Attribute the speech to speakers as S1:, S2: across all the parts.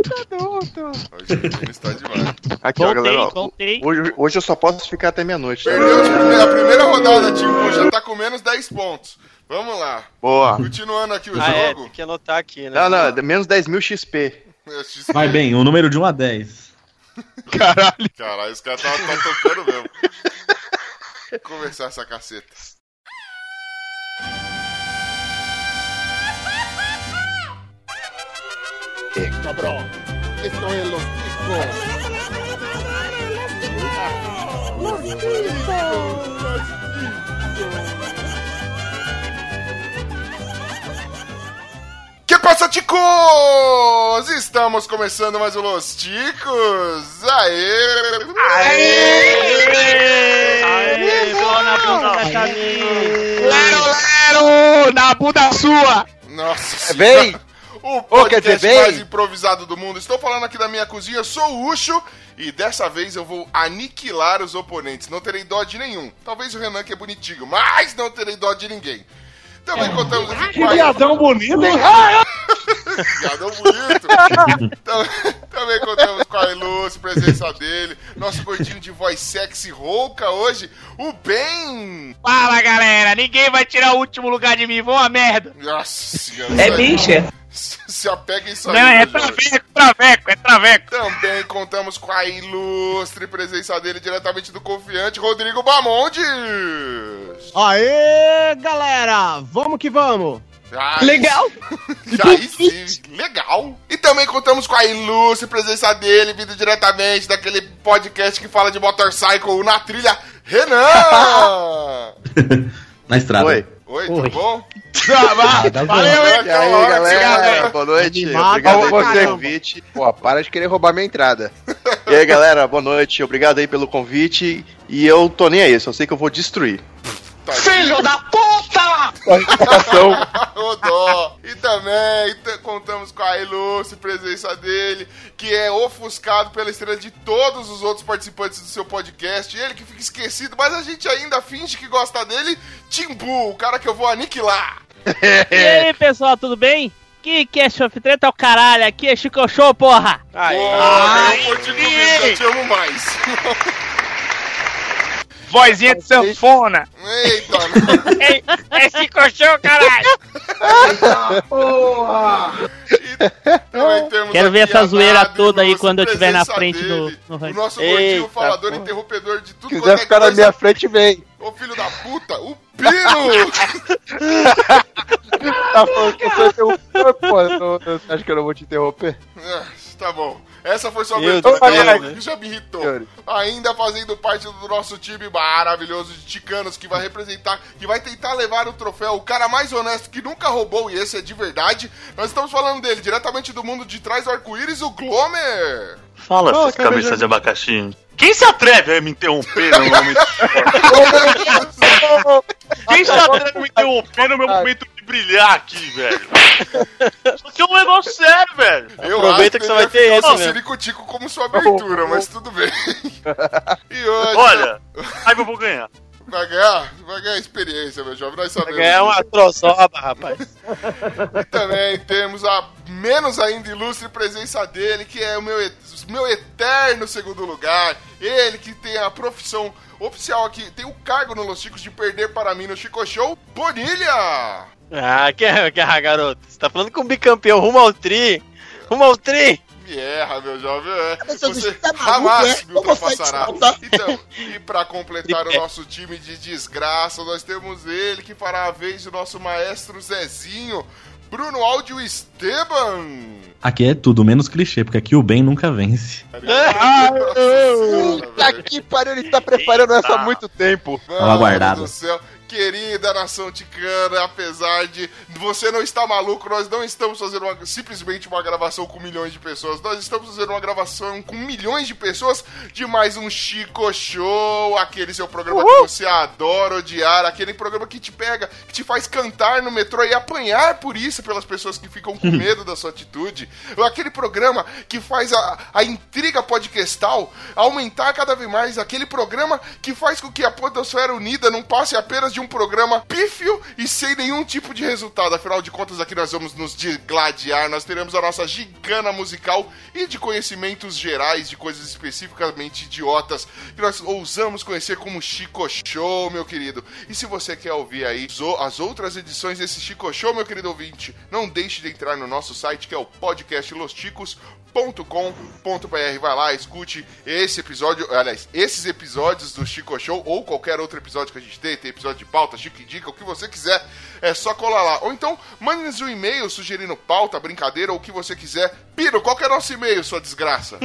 S1: Hoje o menino está demais.
S2: Aqui, ó,
S3: Voltei,
S2: galera. ó,
S3: voltei.
S2: Hoje, hoje eu só posso ficar até meia-noite. né?
S1: Perdeu os prime- a primeira rodada, time. Já tá com menos 10 pontos. Vamos lá.
S2: Boa.
S1: Continuando aqui o
S3: Ah, é,
S1: jogo.
S3: tem que anotar aqui, né?
S2: Não, não, menos 10 mil XP.
S1: É, XP.
S4: Vai bem, o número de 1 a 10.
S5: Caralho.
S1: Caralho, os caras tava tava tá, tocando mesmo. Conversar essa caceta. Que passa, ticos? Estamos começando mais um Los Ticos. Aê!
S3: Aê, bola na bunda da Camille.
S5: Lero, lero! Na bunda sua!
S1: Nossa
S2: É bem?
S1: senhora. O
S2: Ô, quer dizer,
S1: podcast
S2: bem?
S1: mais improvisado do mundo. Estou falando aqui da minha cozinha, sou o Ucho e dessa vez eu vou aniquilar os oponentes. Não terei dó de nenhum. Talvez o Renan que é bonitinho, mas não terei dó de ninguém. Também contamos
S6: Ah,
S1: aqui com a
S5: bonito, hein?
S6: é?
S7: Ah,
S1: Piadão bonito. Tam- Também contamos com a Ilúcio, presença dele, nosso gordinho de voz sexy rouca hoje, o Ben.
S5: Fala, galera! Ninguém vai tirar o último lugar de mim, vão a merda!
S1: Nossa senhora.
S8: É
S1: isso aí.
S8: bicha?
S1: Se apega isso
S5: Não,
S1: aí.
S5: é
S1: meu jovem.
S5: traveco, traveco, é traveco!
S1: Também contamos com a ilustre presença dele diretamente do Confiante, Rodrigo Bamonde.
S9: Aê, galera! Vamos que vamos!
S1: Ah,
S8: Legal!
S1: Já aí sim, legal. E também contamos com a ilustre presença dele, vindo diretamente daquele podcast que fala de motorcycle na trilha, Renan.
S4: Na estrada.
S2: Oi.
S1: Oi,
S9: Oi.
S1: tudo bom?
S4: Ah, tá bom.
S1: Valeu, hein,
S2: E aí,
S1: Calote,
S2: galera?
S1: galera.
S2: Boa noite.
S9: Animado
S2: Obrigado aí
S9: pra
S2: pelo
S9: caramba.
S2: convite.
S10: Pô, para de querer roubar minha entrada.
S2: E aí, galera, boa noite. Obrigado aí pelo convite. E eu tô nem aí, só sei que eu vou destruir.
S8: Filho da puta!
S1: Rodó. E também t- contamos com a ilustre presença dele, que é ofuscado pela estrela de todos os outros participantes do seu podcast. Ele que fica esquecido, mas a gente ainda finge que gosta dele, Timbu, o cara que eu vou aniquilar.
S3: E aí, pessoal, tudo bem? Que que é chofe treta é o caralho? Aqui é Chico Show, porra!
S1: Ai,
S5: ai,
S1: eu vou te comer, que eu te amo mais.
S5: Vozinha de sanfona!
S1: Eita,
S5: Ei, é esse colchão, caralho!
S1: E também temos
S3: Quero ver
S1: aqui
S3: essa
S1: a
S3: zoeira
S1: Nada,
S3: toda aí
S1: ilustre
S3: quando eu tiver na
S1: presença
S3: frente do-
S1: dele,
S3: no
S1: O
S3: ranking.
S1: nosso gordinho
S3: Eita,
S1: um falador,
S3: porra.
S1: interrompedor de tudo é
S10: Quiser ficar na
S1: coisa-
S10: minha frente, vem.
S1: Ô filho da puta, o Pino!
S10: Tá falando que eu sou interruptor, pô. eu não- eu- Acho que eu não vou te interromper.
S1: Ah, tá bom. Essa foi sua
S3: Meu
S1: abertura,
S10: Deus,
S1: cara,
S10: né?
S1: que já me irritou.
S10: Senhores.
S1: Ainda fazendo parte do nosso time maravilhoso de ticanos que vai representar, que vai tentar levar o troféu, o cara mais honesto que nunca roubou, e esse é de verdade. Nós estamos falando dele, diretamente do mundo de trás do arco-íris, o Glomer!
S7: Fala,
S10: Fala,
S7: seus
S10: cara,
S7: cabeças
S10: já-
S7: de abacaxi. Quem se atreve a me interromper no momento? Quem se atreve a me interromper no meu momento de brilhar aqui, velho? Isso aqui é um negócio sério, velho.
S1: Eu
S3: Aproveita
S1: acho
S3: que você vai ter
S1: ele ia ficar
S3: esse
S1: o Sirico-Tico como sua abertura, mas tudo bem. E hoje
S7: Olha, aí eu vou ganhar.
S1: vai ganhar, vai ganhar experiência, meu jovem, nós sabemos.
S3: É uma troçoba, rapaz.
S1: Também temos a menos ainda ilustre presença dele, que é o meu, et- meu eterno segundo lugar. Ele que tem a profissão oficial aqui, tem o cargo no Los Chicos de perder para mim no Chico Show, Bonilha!
S3: Ah, que, que ah, garoto. Você tá falando com o bicampeão rumo ao tri. Rumo ao tri.
S1: Me erra, meu jovem. é.
S8: Essa
S1: Você
S8: bicha tá maluca,
S1: jamais
S8: é?
S1: me
S8: Como você
S1: ultrapassará.
S8: desconta?
S1: Então, e para completar o
S3: Tripé.
S1: nosso time de desgraça, nós temos ele que fará a vez do nosso maestro Zezinho, Bruno Áudio Esteban.
S4: Aqui é tudo menos clichê, porque aqui o bem nunca vence.
S1: Ah,
S10: Puta que pariu, ele tá preparando essa há muito tempo.
S4: Tava guardado.
S1: do céu. Querida nação ticana, apesar de você não estar maluco, nós não estamos fazendo uma- simplesmente uma gravação com milhões de pessoas. Nós estamos fazendo uma gravação com milhões de pessoas de mais um Chico Show, aquele seu programa que você adora odiar, aquele programa que te pega, que te faz cantar no metrô e apanhar por isso pelas pessoas que ficam com medo da sua atitude. Aquele programa que faz a, a intriga podcastal aumentar cada vez mais. Aquele programa que faz com que a Podosfera Unida não passe apenas de de um programa pífio e sem nenhum tipo de resultado. Afinal de contas, aqui nós vamos nos gladiar, nós teremos a nossa gigana musical e de conhecimentos gerais, de coisas especificamente idiotas, que nós ousamos conhecer como Chico Show, meu querido. E se você quer ouvir aí os o- as outras edições desse Chico Show, meu querido ouvinte, não deixe de entrar no nosso site, que é o podcast Los Chicos com.br Vai lá, escute esse episódio, aliás, esses episódios do Chico Show ou qualquer outro episódio que a gente tem, tem episódio de pauta, Chico Indica, o que você quiser, é só colar lá. Ou então, mande-nos um e-mail sugerindo pauta, brincadeira ou o que você quiser. Piro, qual que é nosso e-mail, sua desgraça?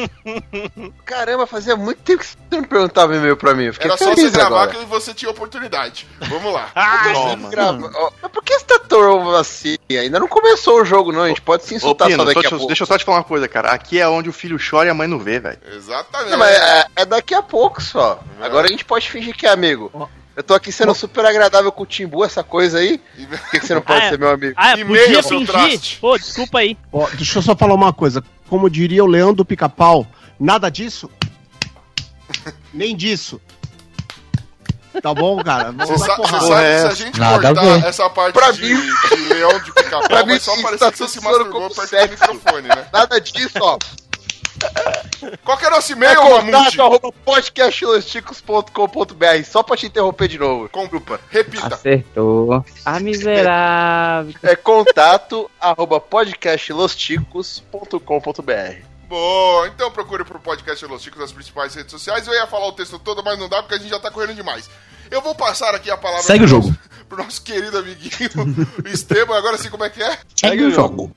S10: Caramba, fazia muito tempo que você não perguntava e-mail pra mim. Eu fiquei
S1: Era só você
S10: feliz
S1: gravar
S10: agora. Ah,
S1: que você tinha oportunidade. Vamos lá.
S2: Toma.
S10: Grava. Ó, Mas por que você tá tão assim? Ainda não começou o jogo, não. A gente pode se
S2: Ô,
S10: insultar
S2: Pino,
S10: só
S2: só
S10: daqui a
S2: te-
S10: pouco.
S2: deixa eu só te falar uma coisa, cara. Aqui é onde o filho chora e a mãe não vê, velho.
S1: Exatamente.
S10: Não, mas é, é daqui a pouco só. Agora a gente pode fingir que é amigo. Eu tô aqui sendo super agradável com o Timbu, essa coisa aí. Por que, que você não pode
S3: Ah, é.
S10: ser meu amigo?
S3: Ah,
S1: E-mail,
S3: podia
S1: seu
S3: fingir?
S1: traste.
S3: Pô, desculpa aí.
S9: Ó, deixa eu só falar uma coisa. Como diria o Leão do Pica-Pau, nada disso, nem disso. Tá bom, cara? Vamos
S1: Você sa-
S9: lá
S1: você
S9: porrada.
S1: sabe,
S2: é.
S1: que se a gente
S4: Nada a
S1: cortar
S4: ver.
S1: essa parte
S10: Pra
S1: de,
S10: mim-
S1: de leão de
S10: Pra
S1: pica-pau, vai
S10: mim,
S1: só
S10: isso
S1: parecer que
S10: tá
S1: você se
S10: funcionando
S1: masturbou
S10: como
S1: perto do
S10: sexo.
S1: microfone, né?
S10: Nada disso, ó.
S1: Qual que é nosso
S10: É
S1: e-mail, Mamute?
S10: contato arroba podcastlosticos.com.br só pra te interromper de novo.
S1: Compra. Repita.
S6: Acertou. Ah, miserável.
S10: É contato arroba podcastlosticos.com.br
S1: Bom, então procure pro podcast Los Chicos nas principais redes sociais. Eu ia falar o texto todo, mas não dá porque a gente já tá correndo demais. Eu vou passar aqui a palavra
S4: Segue o
S1: pro
S4: jogo.
S1: nosso, pro nosso querido amiguinho Esteban. Agora sim, como é que é?
S11: Segue o jogo.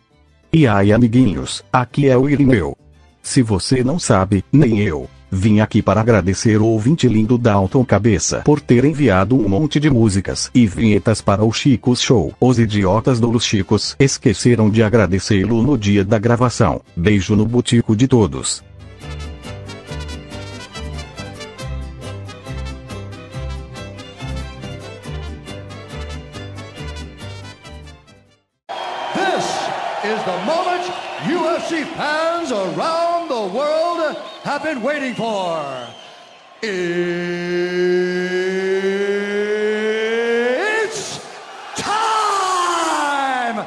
S11: E aí, amiguinhos, aqui é o Irineu. Se você não sabe, nem eu, vim aqui para agradecer o ouvinte lindo da Autocabeça por ter enviado um monte de músicas e vinhetas para o Chico's Show. Os idiotas do Los Chicos esqueceram de agradecê-lo no dia da gravação. Beijo no butico de todos. This is the moment UFC fans around the world have been waiting for. It's time!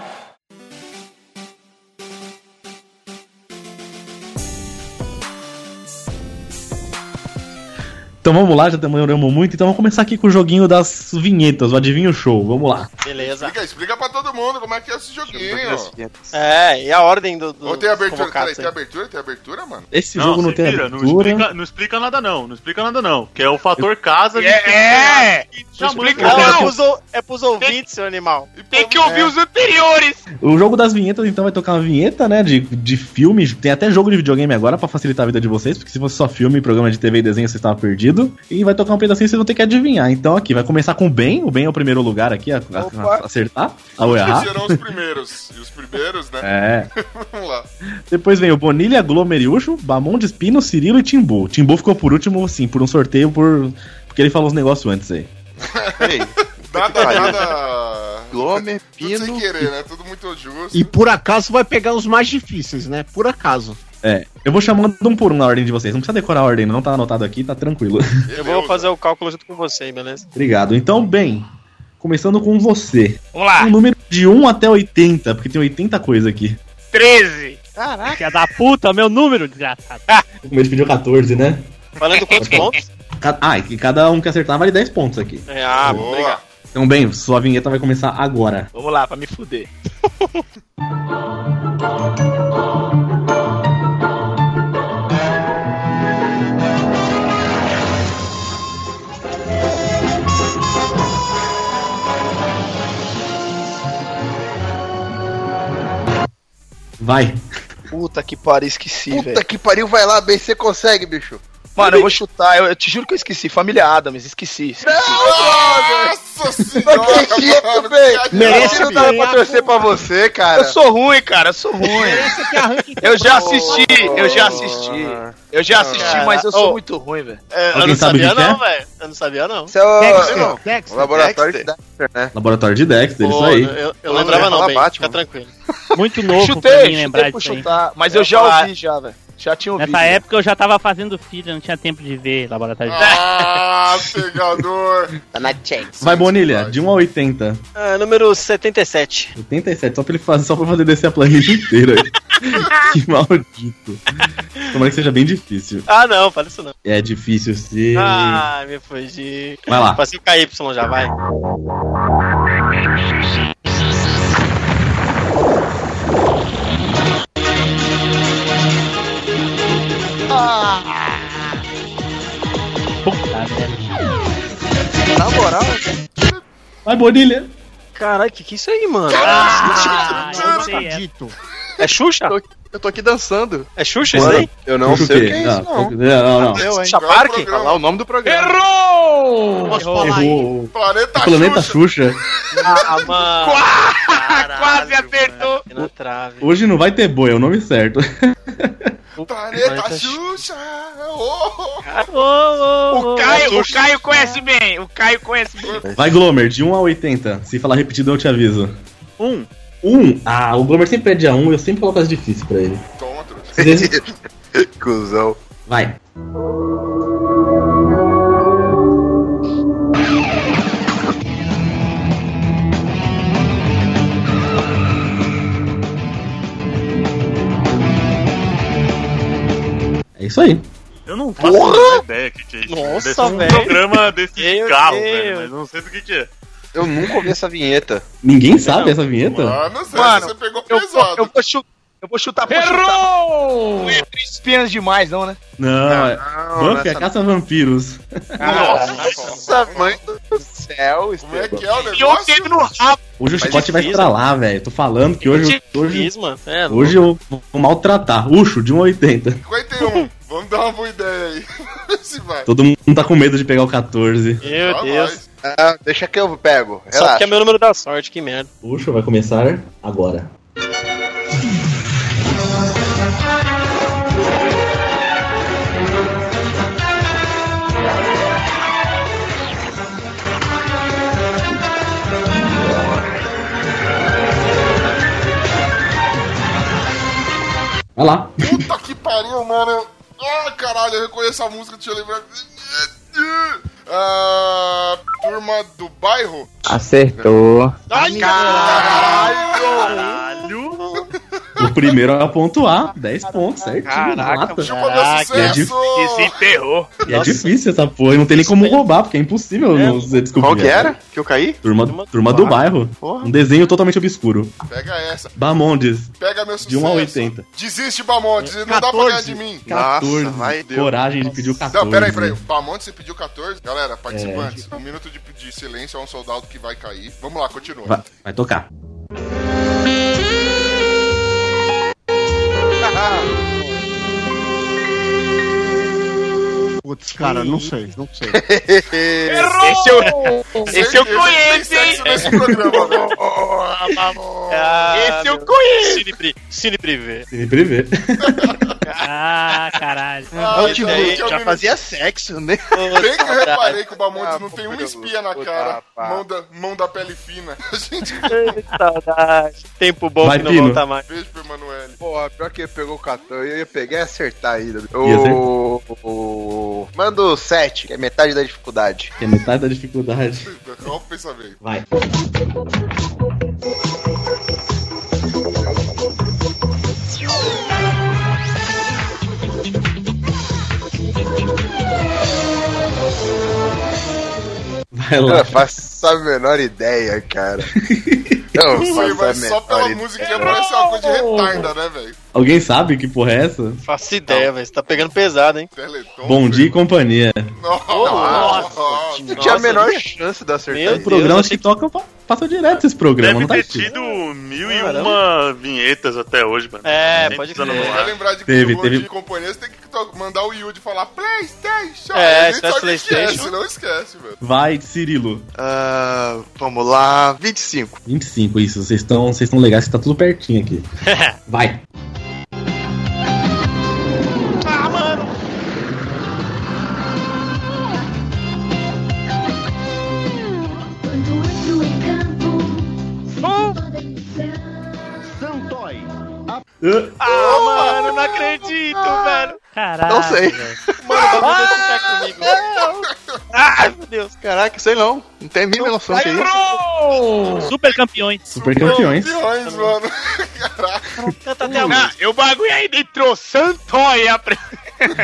S4: Então vamos lá, já demoramos muito. Então vamos começar aqui com o joguinho das vinhetas, o Adivinha o Show. Vamos lá.
S5: Beleza.
S1: Explica, explica pra todo mundo como é que é esse joguinho.
S5: É, e a ordem do. do
S1: Ou tem abertura? Peraí,
S5: convocados
S1: tem
S5: aí?
S1: abertura? Tem abertura, mano?
S4: Esse jogo não
S7: se
S4: tem
S7: vira,
S4: abertura.
S7: Não explica, não explica nada, não. Não explica nada, não. Que é o fator casa. a gente tem
S5: É!
S7: que ir chamando.
S5: Explica,
S7: Não,
S5: não, é
S7: não,
S5: pros, ou- é pros ouvintes, seu animal. É.
S1: E
S5: Tem
S1: povo-
S5: que ouvir os anteriores!
S4: O jogo das vinhetas, então, vai tocar uma vinheta, né? De, de filme. Tem até jogo de videogame agora pra facilitar a vida de vocês, porque se fosse só filme, programa de TV e desenho, vocês estavam perdidos. E vai tocar um pedacinho e vocês vão ter que adivinhar. Então, aqui, vai começar com o Ben. O Ben é o primeiro lugar aqui a, a-
S10: Opa.
S4: a acertar. Ao errar.
S1: Serão os primeiros. E os primeiros, né?
S4: Ah, É.
S1: Vamos lá.
S4: Depois vem o Bonilha, Glomeriucho, Bamon de Espino, Cirilo e Timbu. Timbu ficou por último, sim, por um sorteio, por. Porque ele falou os negócios antes aí.
S2: Peraí.
S1: Nada, nada.
S2: Glomer,
S1: Tudo
S2: Pino.
S1: sem querer, né? Tudo muito justo.
S9: E por acaso vai pegar os mais difíceis, né? Por acaso.
S4: É. Eu vou chamando um por um na ordem de vocês. Não precisa decorar a ordem, não tá anotado aqui, tá tranquilo.
S5: Eu vou fazer o cálculo junto com você, beleza?
S4: Obrigado. Então, Ben, começando com você.
S5: Vamos lá!
S4: Um número de 1 até 80, porque tem 80 coisas aqui.
S5: 13!
S3: Filha da puta, meu número, desgraçado.
S4: O meu pediu 14, né?
S5: Falando quantos pontos?
S4: Ca- Ah, e que cada um que acertar vale 10 pontos aqui.
S5: É, ah,
S1: Boa.
S5: obrigado.
S4: Então, Ben, sua vinheta vai começar agora.
S5: Vamos lá, pra me fuder.
S4: Vai.
S6: Puta que pariu, esqueci,
S10: Puta
S6: velho.
S10: que pariu, vai lá, bem, você consegue, bicho.
S6: Mano, eu vou chutar. Eu, eu te juro que eu esqueci. Família Adams, esqueci.
S1: Nossa senhora!
S10: Não tem jeito,
S1: mano,
S10: velho.
S1: que
S9: Merece
S10: não dava
S9: ganhar
S10: pra torcer pra você,
S6: Eu
S10: cara.
S6: sou ruim, cara. Eu sou ruim.
S9: Merece que arranque
S6: Eu já assisti. Eu já assisti. Eu já assisti,
S5: Cara,
S6: mas eu sou
S5: ô.
S6: muito ruim, velho.
S5: É, eu
S4: Alguém
S5: não
S4: sabe
S5: sabia,
S4: de quem
S5: não, velho. Eu não sabia, não.
S10: Isso é o,
S9: Dexter, Dexter.
S10: o laboratório
S2: Dexter.
S10: de Dexter, né?
S4: Laboratório de Dexter, isso
S5: Pô,
S4: aí.
S5: Eu, eu
S2: Vamos lá,
S5: lembrava, não, bem.
S2: Batman.
S5: Fica tranquilo.
S3: Muito novo pra mim
S6: chutei,
S3: lembrar
S6: chutei por
S3: disso aí.
S1: É
S12: ah.
S6: chutar. Mas eu, já ouvi já, velho. Já tinha ouvido. né?
S3: Nessa época eu já tava fazendo filho, não tinha tempo de ver laboratório de
S1: Ah, pegador.
S12: Tá na chance.
S4: Vai, Bonilha, de 1 a 80.
S12: Ah, número 77.
S4: 87, só pra ele fazer, só pra fazer descer a planilha inteira. que maldito. Tomara que seja bem difícil.
S12: Ah, não, fala isso não.
S4: É difícil sim.
S12: Ah, me fugi.
S4: Vai lá.
S12: Passei o KY já, vai.
S10: Na moral.
S4: Vai, Bonilha.
S12: Caralho, que que é isso aí, mano?
S3: Ah, eu sei, é.
S12: É Xuxa?
S6: Eu tô aqui dançando.
S12: É Xuxa isso aí?
S10: Eu não
S4: Puxa
S10: sei o que
S4: quê?
S10: é isso, não.
S4: Não, não.
S12: Eu, hein?
S6: Xuxa
S1: é
S6: Park?
S10: Falar o nome do programa.
S7: Errou!
S12: Posso falar aí?
S4: Errou.
S1: Planeta
S4: Planeta
S1: Xuxa.
S4: Xuxa.
S12: Ah, mano. Caralho,
S7: Quase acertou.
S12: mano, Na trave.
S4: Hoje não vai ter boi, é o nome certo.
S1: Planeta
S12: Planeta
S1: Xuxa. Oh.
S3: Ô, ô,
S7: O
S3: ô.
S7: Caio, o Caio conhece bem, o Caio conhece bem.
S4: Vai, Glomer, de 1 a 80. Se falar repetido, eu te aviso.
S6: Um.
S4: Um? Ah, o Glomer sempre pede a 1, eu sempre coloco as difíceis pra ele.
S1: Toma, trouxa.
S10: Cusão.
S4: Vai. É isso aí.
S7: Eu não faço a menor ideia do que, que é isso.
S12: Nossa,
S7: Deve ser um
S12: velho.
S7: programa desse
S12: Meu
S7: carro,
S12: Deus.
S7: velho, mas não sei do que, que é.
S10: Eu nunca ouvi essa vinheta.
S4: Ninguém sabe essa vinheta?
S1: Mano, Zé,
S6: Mano,
S1: Ah, você pegou
S6: Eu, vou-
S1: pesado.
S6: eu vou chutar. Eu vou chutar. vou chutar.
S7: Errou!
S6: Não é três espiãs demais, não, né?
S4: Não, é.
S10: Não,
S4: Buffy, a caça a vampiros.
S6: Ah,
S10: Nossa, mãe do céu,
S1: Como é
S10: Esteban.
S1: que é o
S7: E eu
S1: negócio?
S7: teve no rabo.
S4: Hoje o
S10: Mas
S4: chicote vai
S12: difícil.
S4: pra lá, velho. Tô falando que hoje, hoje,
S12: Fiz, mano. É,
S1: né,
S4: hoje eu vou maltratar. Ucho, de 1,80.
S1: 51. Vamos dar uma boa ideia aí. Vê Se vai.
S4: Todo mundo tá com medo de pegar o 14.
S12: Meu
S1: Vai
S12: Deus.
S1: mais.
S10: Ah, deixa que eu pego.
S12: Só
S10: Relaxa.
S12: porque é meu número da sorte, que merda.
S4: Puxa, vai começar agora. Vai lá.
S1: Puta que pariu, mano. Ah, caralho, eu reconheço a música, deixa eu lembrar. Ah, turma do bairro?
S13: Acertou.
S1: Ai, caralho!
S7: Caralho!
S4: O primeiro a pontuar. 10 pontos, certinho.
S12: Caraca,
S4: Mata. é
S1: Chupa
S10: é
S1: meu sucesso!
S7: Desenterrou.
S4: E é difícil essa porra. e Não tem nem como roubar, porque é impossível não você descobrir.
S10: Qual que era? Que eu caí?
S4: Turma, turma, do bairro. Um desenho totalmente obscuro.
S1: Pega essa,
S4: Bamondes,
S1: pega meu sucesso.
S4: de 1 a 80.
S1: Desiste, Bamontes, não dá pra ganhar de mim.
S4: 14.
S10: Nossa, vai, Deus.
S4: coragem de pedir o 14.
S1: Não, peraí, peraí. Bamontes, você pediu 14? Galera, participantes, um minuto de, de silêncio é um soldado que vai cair. Vamos lá, continua.
S4: Vai, vai tocar.
S9: Putz, cara, não sei, não sei.
S6: é
S7: Esse eu, esse eu conheço,
S1: Tem
S7: hein?
S1: sexo nesse programa, velho.
S12: Ah,
S7: Esse eu
S12: meu-
S7: conheço.
S12: Cine, pri... Cine Privé.
S4: Sempre vê.
S3: Ah, caralho.
S1: Ah,
S10: Eu,
S1: esse
S10: tipo,
S1: é o
S10: já
S1: menino.
S10: fazia sexo, né?
S1: Bem que eu reparei que o Bamontes
S10: Ah,
S1: não tem uma
S10: pô,
S1: espinha na
S10: pô,
S1: cara,
S10: rapaz.
S1: mão da, mão da pele fina. A gente
S12: Saudade. Tempo bom
S4: Vai,
S12: que não
S4: Pino.
S12: volta mais.
S1: beijo pro Emanuele.
S10: Porra, pior que ele pegou o 14, eu ia pegar e acertar ainda.
S4: acertou.
S10: O... o... Manda o 7, que é metade da dificuldade.
S4: Que é metade da dificuldade.
S1: Olha o pensamento.
S4: Vai. Vai
S10: Eu
S4: lá.
S10: não faço a menor ideia, cara. Eu
S1: Não sei,
S10: não
S1: mas
S10: faço a
S1: só
S10: menor
S1: pela
S10: ideia.
S1: música
S7: é
S1: já parece uma coisa de retarda, né, velho?
S4: Alguém sabe que porra é essa?
S12: Faço ideia, velho. Você tá pegando pesado, hein?
S1: Teleton.
S4: Bom dia e companhia.
S1: Nossa,
S12: Nossa.
S10: Não tinha é a
S12: Nossa,
S10: menor
S12: meu-
S10: chance de
S12: Meu
S10: acertar isso.
S4: Programas que tocam pa- passam direto esses programas,
S7: Deve
S4: não tá
S7: ter
S4: escrito.
S7: tido mil e uma vinhetas até hoje, mano.
S12: É,
S7: Nem
S12: pode
S7: precisando
S12: crer.
S1: Você vai
S7: voar.
S1: lembrar de que
S4: Teve,
S1: no
S4: teve-
S1: Bom Dia e Companhia você tem que to- mandar o Yudi falar PlayStation.
S12: É,
S1: Ele sabe o
S12: se faz
S1: que é,
S12: PlayStation.
S1: senão esquece, velho.
S4: Vai, Cirilo.
S10: Ah, vamos lá, 25.
S4: 25, isso. Vocês estão vocês estão legais, que tá tudo pertinho aqui.
S14: Ah!
S4: Vai.
S7: Ah,
S9: Santoy,
S4: Ah,
S7: Ah, mano,
S12: não acredito, velho.
S3: Caraca.
S12: Não sei. Ah!
S3: Mano,
S12: vamos deixar comigo. Ai, meu Deus. Caraca, sei não. Não tem a mínima noção do que é isso.
S3: Super campeões.
S4: Super campeões.
S1: Campeões, mano.
S5: Canta até a música. Ah, o bagulho ainda entrou Santoya. pra-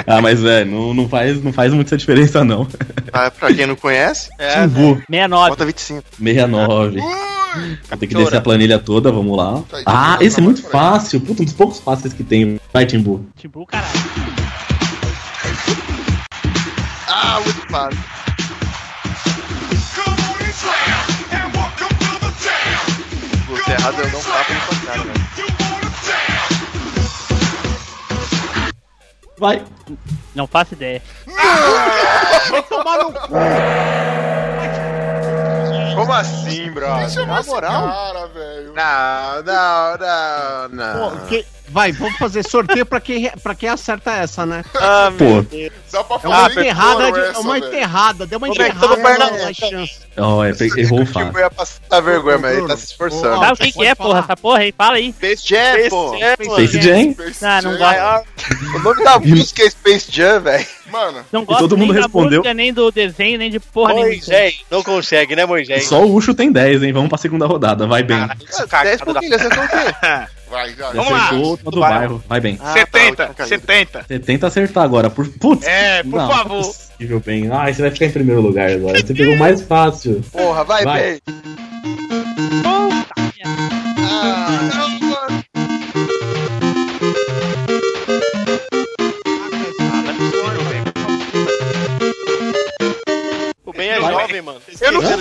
S4: Ah, mas velho, não, não, faz, não faz muita diferença, não.
S14: é
S2: Ah, pra quem não conhece,
S12: é.
S14: né?
S4: Timbu,
S3: 69.
S2: Bota 25.
S4: 69. Vou ter que descer a planilha toda, vamos lá.
S1: Tá aí,
S4: Ah,
S1: tá
S4: esse é
S1: bom,
S4: muito
S1: tá
S4: fácil. Puta, um dos poucos fáceis que tem. Vai, Timbu.
S3: Timbu, caralho.
S2: Ah, muito fácil. Você é errado, eu dou um papo no contrário, velho.
S14: né?
S4: Vai.
S3: Não faço ideia.
S10: Como assim, brother?
S1: chamou
S10: Na
S1: esse
S10: moral.
S1: cara, velho?
S10: Não, não, não,
S1: Ah.
S10: não.
S9: Pô, que- Vai, vamos fazer sorteio pra quem, re- pra quem acerta essa, né?
S12: Ah,
S4: Pô.
S1: Dá
S10: Tá
S1: pra
S9: É uma
S1: falar em
S9: enterrada,
S1: coro
S9: de- é
S1: essa,
S9: uma
S1: velho.
S9: enterrada, deu uma
S12: Como é que
S9: enterrada
S12: todo pai
S9: na-
S12: não-
S9: na chance.
S4: Ó, é, pe- errou fácil.
S10: Eu ia passar vergonha, mas ele
S9: Bruno,
S10: tá se esforçando.
S3: Sabe o que, que é, porra? Essa porra aí? Fala aí.
S10: Space Jam, pô.
S4: Space Jam.
S1: Space
S3: Ah, não
S1: Jam.
S3: gosto.
S10: O nome da música é Space Jam, velho.
S1: Mano,
S3: Não gosto
S4: todo
S3: nem
S4: mundo
S3: da
S4: respondeu.
S3: música, nem do desenho, nem de porra nenhuma.
S12: Moisés, não consegue, né, Moisés?
S4: Só o Ucho tem 10, hein? Vamos pra segunda rodada. Vai bem.
S10: Cara, 10 pouquinho, acertou o quê?
S1: vai, já.
S5: Vamos lá.
S4: Acertou o do bairro. Vai bem.
S12: Ah, tá,
S5: 70,
S12: última
S5: 70.
S4: Você tenta acertar agora. Por... Putz.
S5: É, por
S4: não, não
S5: favor.
S4: é possível, bem. Ai, você vai ficar em primeiro lugar agora. Você pegou o mais fácil.
S10: Porra, vai,
S4: Vai.
S10: bem.
S12: O Ben é
S4: Vai.
S12: jovem, mano.
S5: Eu não sei.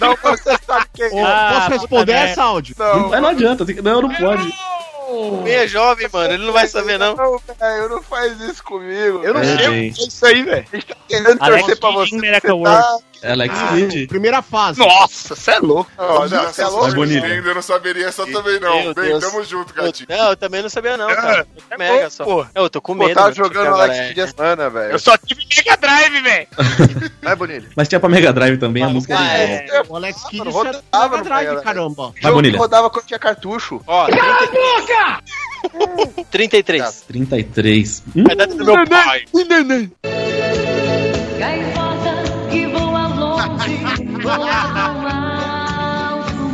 S10: Não, você
S12: tá-
S10: sabe quem é.
S9: Ô,
S3: Ah,
S9: posso
S3: puta
S9: responder
S3: merda.
S9: essa, áudio?
S4: Não,
S10: não.
S4: vai, não adianta. tem que- Não, não pode.
S12: O Ben é jovem, mano. Ele não vai saber, não.
S10: Não, velho, não faz isso comigo. Eu
S4: não É, sei o que
S10: é isso aí, velho. A gente tá querendo
S3: Alex
S10: torcer pra
S3: Kidd
S10: você.
S3: em Miracle
S10: você tá-
S4: Alex Kidd.
S9: Ah, Primeira fase.
S5: Nossa, você é louco.
S10: Não,
S1: Imagina
S10: não,
S1: se
S10: você é
S1: eu
S10: louco.
S4: Vai, bonito.
S1: soubesse ainda, eu não saberia essa também, não.
S12: Meu
S1: Bem,
S12: Deus.
S1: tamo junto,
S12: Eu-
S1: gatinho.
S12: Não, eu também não sabia, não, cara. Eu tô mega só.
S5: É Pô,
S12: Eu tô com
S10: Pô,
S12: medo.
S10: tava
S12: mano,
S10: jogando
S12: agora,
S10: Alex
S12: é.
S10: Kidd essa semana, velho.
S5: eu só tive Mega Drive, velho.
S10: Vai, Bonilha.
S4: Mas tinha pra Mega Drive também a
S12: Vai,
S4: música. é
S12: vai.
S4: original.
S10: Eu-
S9: O Alex Kidd
S10: mano,
S9: acerta
S10: rodava
S9: Mega
S10: no
S9: Drive,
S10: Mega Drive.
S9: caramba.
S4: Ah, Vai,
S10: jogo que
S4: Bonilha.
S10: rodava quando tinha cartucho.
S12: Ó, 33. 33.
S4: 33. Hum,
S12: A idade do meu pai.
S13: Gaivota que voa longe, voa tão alto.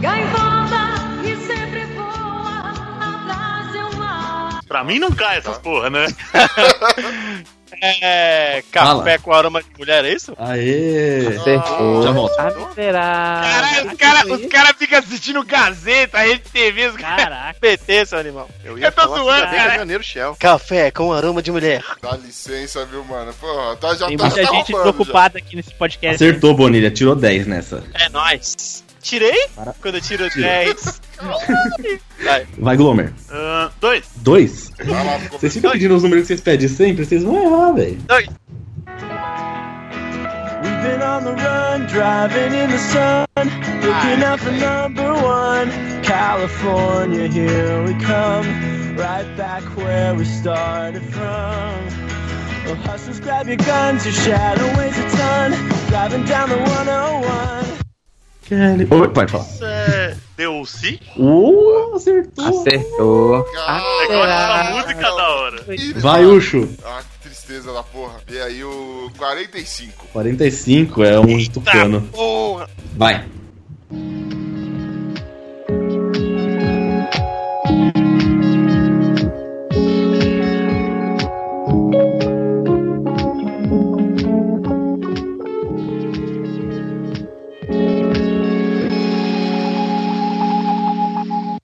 S13: Gaivota que sempre voa atrás de um uma
S7: Pra mim não cai
S10: Tá.
S7: essas porra, né?
S12: É.
S4: Fala.
S12: Café com aroma de mulher, é isso?
S4: Aê.
S2: Acertou.
S4: Já volto.
S3: Ah, miserável.
S5: Caralho, os caras os cara ficam assistindo Gazeta, Rede TV. Os cara...
S3: Caraca.
S12: PT, seu é animal.
S10: Eu
S5: ia Eu tô falar zoando, sobre
S12: né?"
S5: cara.
S10: Janeiro, Shell.
S12: Café com aroma de mulher.
S1: Dá licença, viu, mano? Porra, tá, já
S3: Tem
S1: tá,
S3: muita
S1: tá
S3: gente
S1: roubando
S3: preocupada aqui nesse podcast.
S4: Acertou, Bonilha. Tirou 10 nessa.
S12: É nóis. Tirei? Quando eu tiro 10.
S4: Vai, Glomer.
S7: Ah, dois.
S4: 2.
S1: já. Vai lá, ficou-
S4: Vocês ficam pedindo os números que vocês pedem sempre, vocês vão errar, velho.
S12: Dois.
S13: oh
S4: Kelly. Oi, pode falar.
S7: Isso é. Deu sim?
S4: Uh, acertou.
S6: Acertou.
S7: É
S1: Cara,
S7: igual essa música da hora.
S4: Vai, Ucho.
S1: Ah, que tristeza da porra. E aí, o 45.
S4: 45 é um estupano.
S12: Porra.
S4: Vai.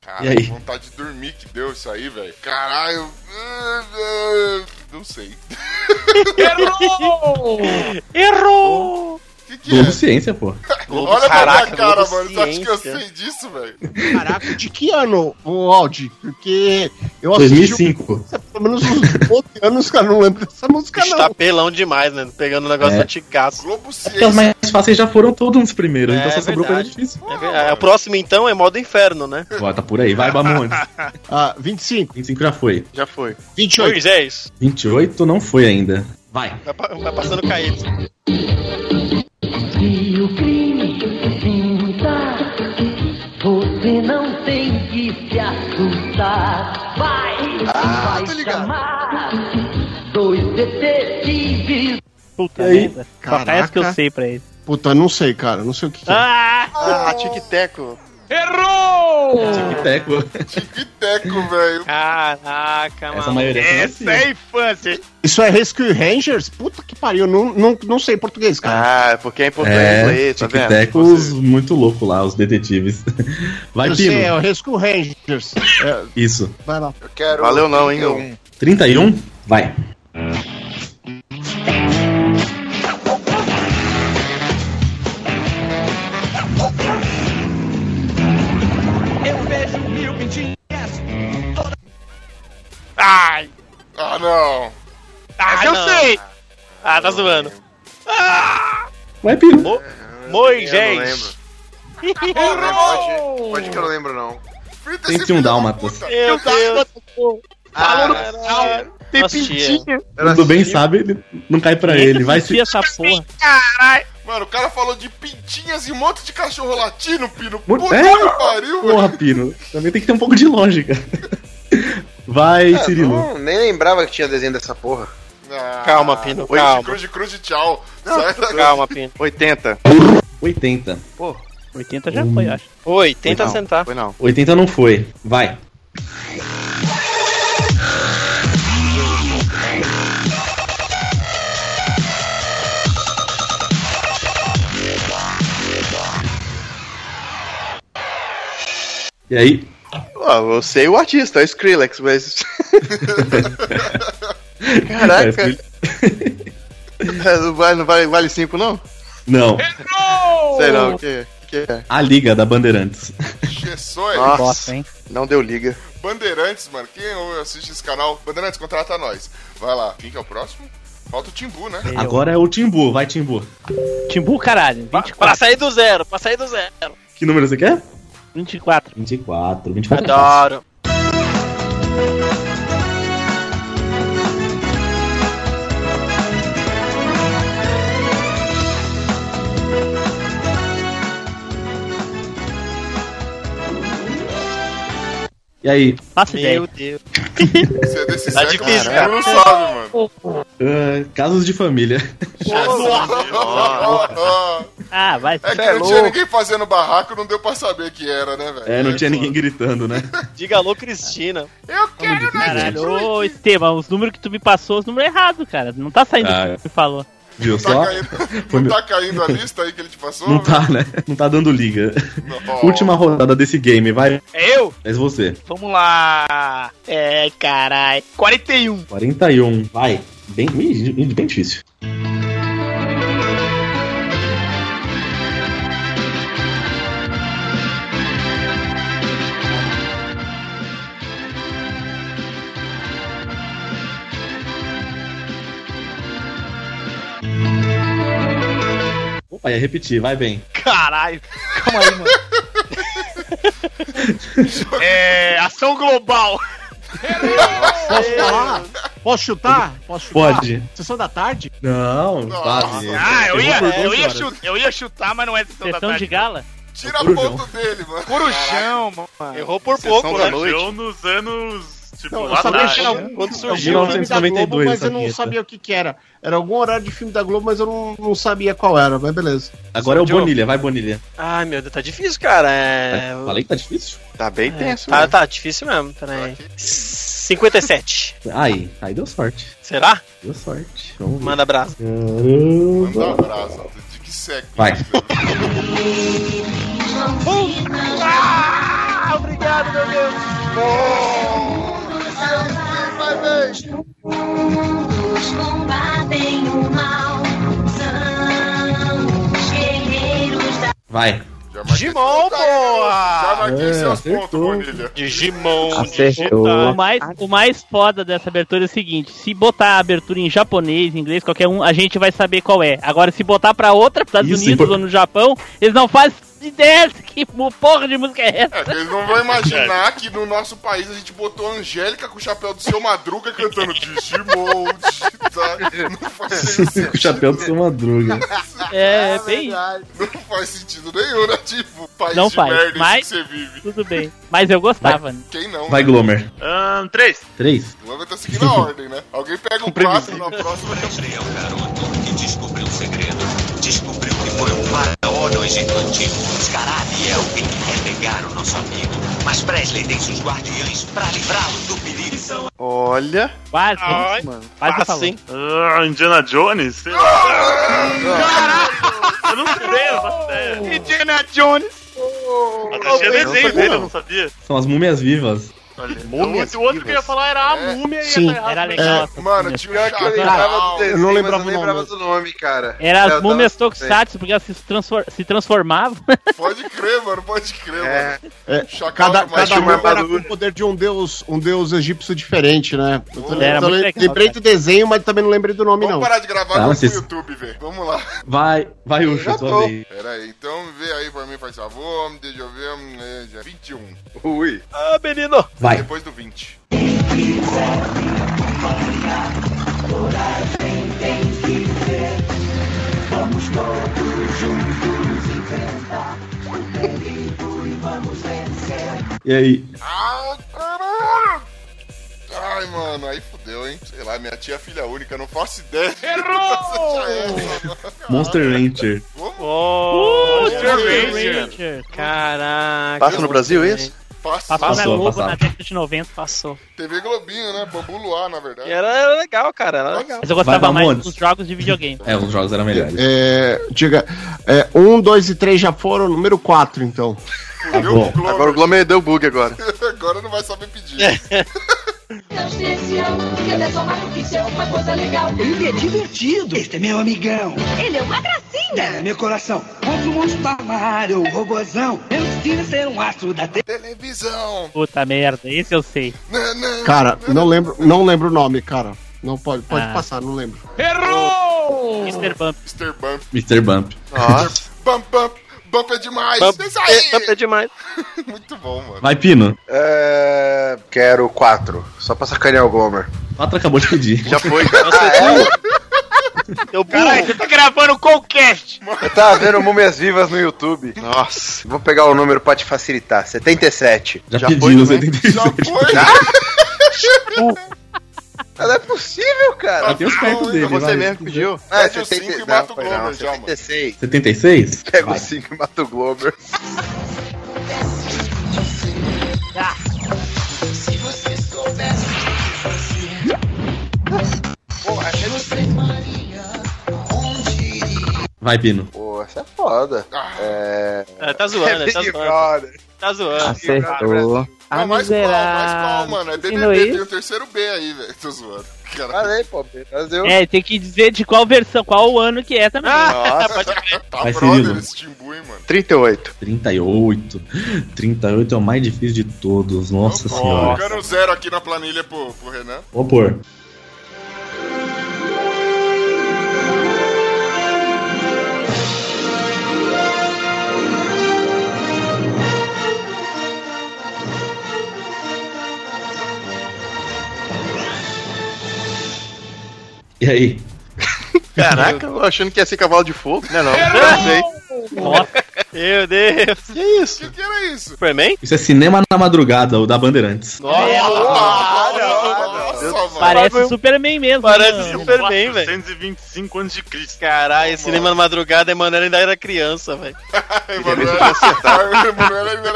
S1: Cara,
S4: E aí?
S1: vontade de dormir que deu isso aí, velho. Caralho. Ah, ah, Não sei.
S12: Errou!
S1: O que, que é?
S4: Globo Ciência, pô.
S1: Olha pra minha
S12: Caraca,
S1: cara,
S12: Globo
S1: mano. Você acha que eu
S12: Ciência.
S1: sei disso, é velho?
S9: Caraca, de que ano, o Audi? Porque eu assisti
S4: 2005.
S9: pelo menos uns 11 anos, cara, não lembro dessa música,
S12: Bicho
S9: não.
S12: tá pelão demais, né? Pegando um negócio
S4: É.
S12: antigaço.
S1: Globo
S4: É porque as
S1: Ciência.
S4: mais fáceis já foram todos os primeiros,
S12: É,
S4: então só sobrou coisa
S12: verdade.
S4: difícil.
S12: É, ver- é, o próximo, então, é modo inferno, né?
S4: Ó, tá por aí. Vai, Bamondes.
S9: Ah, 25,
S4: 25 já foi.
S10: Já foi.
S9: 28.
S12: Moisés.
S4: 28 não foi ainda. Vai.
S12: é Vai, pa- vai passando caído.
S13: E o crime sinta, você não tem que se assustar. Vai,
S1: Ah,
S13: vai chamar dois detetives.
S3: Puta
S9: E aí?
S3: merda. Só parece que eu
S9: Caraca.
S3: sei pra ele.
S9: Puta, não sei, cara. Não sei o que, que é.
S3: Ah!
S6: Tic-teco.
S7: Errou!
S1: Teco, velho.
S6: Ah,
S5: Caraca, mano. Essa,
S9: maioria eu
S5: é a infância.
S9: Isso é Rescue Rangers? Puta que pariu. Não, não, não sei português, cara.
S6: Ah, porque é
S4: É,
S9: tá
S4: tic-tecos muito louco lá, os detetives. Vai,
S9: eu
S4: Pino.
S9: sei, é o Rescue Rangers. É,
S4: Isso.
S9: vai lá. Eu
S10: quero. um.
S2: Valeu não, hein, eu...
S4: 31? Vai.
S13: Eu vejo mil pintinhas.
S7: Ai!
S1: Ah, não!
S7: Ah, eu sei! Ah, tá zoando.
S6: Ah!
S4: Vai, Pino.
S7: Moisés!
S10: Pode, pode que eu não lembro, não.
S4: 31 dálmatas.
S7: Meu Deus! Falou no Tem pintinho!
S4: Tudo bem, sabe? ele Não cai pra ele. Vai se.
S3: essa porra.
S7: Caralho!
S1: Mano, o cara falou de pintinhas e um monte de cachorro latino, Pino.
S4: Mu-
S1: Puta
S4: é?
S1: que pariu, velho.
S4: Porra, Pino. Também tem que ter um pouco de lógica. Vai,
S10: Ah,
S4: Cirilo.
S10: não, nem lembrava que tinha desenho dessa porra.
S1: Ah,
S6: Calma, Pino,
S1: Cruz,
S6: calma.
S1: Cruz, cruz, tchau. Sai da-
S6: Calma, Pino.
S2: 80.
S4: 80.
S6: Pô,
S3: 80 já foi, eu acho.
S6: Oi, tenta
S4: Foi não,
S6: sentar.
S2: Foi não.
S4: 80 não foi. Vai. E aí?
S2: Ó, eu sei o artista, é o Skrillex, mas. Caraca. É, não, vai, não vai- vale 5, não?
S4: Não.
S2: Sei não, o que, que é?
S4: A Liga da Bandeirantes.
S1: Gessões.
S2: Nossa, não deu liga.
S1: Bandeirantes, mano. Quem ouve- assiste esse canal, Bandeirantes, contrata nós. Vai lá. Quem que é o próximo? Falta o Timbu, né?
S4: Agora é o Timbu. Vai, Timbu.
S3: Timbu, caralho. 24.
S6: Pra sair do zero, pra sair do zero.
S4: Que número você quer?
S3: 24.
S4: 24. 24 é fácil.
S6: Adoro.
S4: E aí?
S3: Faça ideia.
S6: Meu Deus.
S1: Você é desse
S6: Tá
S1: século,
S6: difícil,
S1: você
S6: cara.
S1: não sabe, mano.
S4: Ah, casos de família.
S3: Ah, vai.
S1: É que não tinha ninguém fazendo barraco, não deu pra saber que era, né, velho?
S4: É, não tinha ninguém gritando, né?
S6: Diga alô, Cristina.
S1: Eu quero né,
S3: Caralho, ô Esteban, os números que tu me passou, os números errados, cara. Não tá saindo
S4: Ah,
S3: o que tu me falou.
S4: Viu
S1: Tá
S4: só?
S1: caindo- não
S4: Foi meu-
S1: tá caindo a lista aí que ele te passou?
S4: Não tá,
S1: velho?
S4: né? Não tá dando liga.
S1: Não.
S4: Última rodada desse game, vai.
S6: É eu?
S4: Mas você.
S6: Vamos lá. É, carai. 41.
S4: 41, vai. Bem, ih, bem difícil. Opa, ia repetir, vai bem.
S5: Caralho. Calma aí, mano. é. Ação global.
S9: Posso falar? Posso chutar? Posso chutar?
S4: Pode.
S9: Sessão da tarde?
S4: Não, quase.
S5: Ah, eu
S4: Errou
S5: ia,
S4: por
S5: eu,
S4: duas
S5: ia
S4: horas.
S5: chutar, eu ia chutar, mas não é sessão da
S3: Sessão
S5: tarde.
S3: de gala?
S1: Tira
S4: Corujão.
S1: ponto dele, mano.
S5: Corujão, mano.
S6: Errou por
S5: Sessão
S6: pouco,
S5: da
S6: né?
S5: noite.
S7: Eu nos anos. Tipo,
S9: Não, eu
S7: lá
S9: sabia
S7: atrás.
S9: que era
S6: Quando
S9: É
S6: surgiu.
S9: algum filme da
S4: 1992
S9: Globo, mas eu
S4: essa
S9: não
S4: vinheta.
S9: sabia o que que era. Era algum horário de filme da Globo, mas eu não, não sabia qual era, mas beleza.
S4: Agora é o
S6: Joe.
S4: Bonilha, vai Bonilha.
S6: Ai, meu Deus, tá difícil, cara. É...
S4: Falei que tá difícil?
S2: Tá bem
S6: É,
S2: tenso,
S6: tá,
S2: né?
S6: tá difícil mesmo, peraí. 57.
S4: Aí, aí deu sorte.
S6: Será?
S4: Deu sorte. Vamos ver.
S6: Manda abraço.
S1: Manda um
S4: Caramba.
S1: abraço. De que século?
S4: Vai.
S5: Ah, obrigado, meu Deus.
S13: Os combatem o mal. São os guerreiros
S4: assim.
S13: da
S4: Vai.
S1: Já marquei-
S5: Digimon,
S1: Já
S5: boa!
S1: marquei
S4: É,
S1: seus pontos,
S4: acertou.
S1: Bonilha.
S6: Digimon.
S3: O mais, o mais foda dessa abertura é o seguinte: se botar a abertura em japonês, em inglês, qualquer um, a gente vai saber qual é. Agora, se botar pra outra, Estados
S4: Isso,
S3: Unidos
S4: impor-
S3: ou no Japão, eles não fazem ideia de que mu- porra de música é essa.
S1: É, que eles não vão imaginar que no nosso país a gente botou a Angélica com o chapéu do seu Madruga cantando Digimon. Digimon. tá? Não faz
S4: Com o chapéu do seu Madruga.
S1: sentido.
S3: É, é bem isso.
S1: Não faz sentido nenhum, né? Tipo, país
S3: Não
S1: de
S3: faz,
S1: merda em
S3: mas-
S1: que você vive.
S3: Tudo bem. Mas eu gostava. né?
S1: Quem não?
S4: Vai,
S1: né?
S4: Glomer.
S6: Ahn, três.
S4: Três.
S1: O Glomer tá seguindo a ordem, né? Alguém pega o quatro na próxima.
S13: André é o garoto que descobriu o segredo. Descobriu que foi um
S9: assim.
S13: faraó do Egito Antigo. Scarab é o que quer pegar o nosso amigo. Mas Presley tem seus guardiões pra livrá-lo do perigo.
S12: Olha.
S3: Quase,
S6: Ai,
S12: mano.
S6: Quase
S12: Fácil, hein?
S6: Ah, Indiana Jones? Sei lá. Eu não sei, eu não sei.
S15: Indiana Jones.
S6: Até tinha desenho dele, eu não sabia.
S4: São as múmias vivas.
S6: é O Então, outro- o outro que eu ia falar era a múmia É. e
S4: Sim.
S6: essa errada.
S3: Era legal. essa
S10: Mano,
S3: múmia.
S10: tinha um que eu
S3: Cara,
S10: lembrava do desenho,
S9: eu não
S10: mas
S9: lembrava
S10: não
S9: o nome.
S10: lembrava do nome, cara. É
S3: Era
S10: Eu
S3: as
S10: tava-
S3: múmias Tokusatsu, porque elas se, transfor- se transformavam.
S1: Pode crer, mano, pode crer, mano.
S9: É,
S1: Chacal
S9: cada
S1: de
S9: cada
S1: macho,
S9: uma era com
S1: armadura.
S9: o poder de um deus, um deus egípcio diferente, né? Eu tô-
S4: Era
S9: eu tô-
S4: muito legal,
S9: lembrei do desenho, mas também não lembrei do nome,
S1: Vamos
S9: não.
S1: parar de gravar
S9: Tá,
S1: com
S9: vocês-
S1: o YouTube, velho. Vamos lá.
S4: Vai, vai, Ucho, sua vez.
S1: Pera aí, então vê aí pra mim, faz favor. Deixa eu ver. é, já 21.
S10: Ui.
S12: Ah, menino.
S4: Vai.
S1: Depois do 20.
S4: E aí?
S1: Ah, caralho! Ai, mano, aí fudeu, hein? Sei lá, minha tia é filha única, não faço ideia. Errou!
S4: Monster
S1: é.
S4: Rancher.
S6: Oh, Monster Ranger.
S12: Caraca.
S14: Passa no Brasil é isso?
S1: Passa.
S3: Passou na
S12: Passou,
S3: Globo
S12: passava.
S3: na década de 90. Passou.
S1: TV Globinho, né? Bambu Luar, na verdade.
S12: E Era, era legal, cara. Era legal.
S3: Mas eu gostava
S9: Vai,
S3: mais
S9: Ramones.
S3: dos jogos de videogame.
S4: É, os jogos eram melhores.
S9: É, diga, é, um, dois e três já foram, número quatro, então.
S1: Tá bom.
S14: Agora o Glomer deu bug agora.
S1: Agora não vai saber pedir.
S12: É.
S16: Anestesião, porque é só maluquice, é uma coisa legal.
S17: Ele é divertido. Este é meu amigão.
S16: Ele é uma gracinha.
S17: É meu coração. Mas o monstro da Mario, o robozão, eu destino a ser um astro da te-
S1: televisão.
S3: Puta merda, esse eu sei.
S9: Cara, não lembro, não lembro o nome, cara. Não pode, pode
S3: Ah.
S9: passar, não lembro.
S6: Errou!
S3: Mr. Bump.
S1: Mr. Bump.
S4: Mr. Bump.
S1: Ah,
S14: Nossa.
S1: Bump, bump. Bump é demais.
S12: Bump
S1: Isso aí.
S12: é demais.
S1: Muito bom, mano.
S4: Vai, Pino.
S10: É, Quero quatro. Só pra sacanear o Glomer.
S4: Quatro acabou de pedir.
S10: Já foi.
S6: É.
S12: Eu Caralho, você tá gravando o cast.
S10: Eu tava vendo Múmias Vivas no YouTube. Nossa. Vou pegar o número pra te facilitar. 77.
S4: Já, pediu, você tem
S1: Já foi?
S10: Não é possível, cara.
S4: Já tem os perto
S1: é
S4: dele,
S10: Você
S4: vai.
S10: mesmo pediu?
S1: Pede
S10: É,
S1: o
S10: 70,
S1: cinco e
S10: não,
S1: mata o
S10: foi
S1: Glomer
S10: não, é
S1: já, mano.
S10: 76.
S4: 76?
S10: Pega o 5 e mata o Glomer.
S4: Vai, Pino.
S10: Pô, essa é foda.
S1: Ah.
S10: É...
S12: É, tá zoando,
S10: Big
S12: tá zoando.
S10: Brother.
S12: Tá zoando.
S1: Acertou.
S12: Ah,
S1: Não, mais qual, mais qual, mano? É
S3: Ensinou
S1: BBB, tem
S3: isso.
S1: o terceiro B aí, velho. Tô zoando. Caralho.
S10: Falei, pô, mas eu...
S3: É, tem que dizer de qual versão, qual ano que é também.
S1: Tá
S4: Vai,
S1: brother
S4: Cirilo.
S1: esse Timbu, hein, mano.
S10: 38.
S4: 38. 38 é o mais difícil de todos, nossa senhora.
S1: Colocando um zero aqui na planilha pro, pro Renan.
S4: Vou pôr. E aí?
S14: Caraca, eu achando que ia ser cavalo de fogo, né? Não, não sei.
S12: Meu Deus.
S14: Que isso?
S1: O que era isso?
S12: Superman?
S4: Isso é cinema na madrugada, o da Bandeirantes.
S1: Nossa, mano.
S3: Parece o Superman mesmo.
S12: Parece
S3: né?
S12: Superman, velho.
S6: 425 anos de Cristo.
S12: Caralho, esse cinema na madrugada, mano, ele ainda era criança, velho.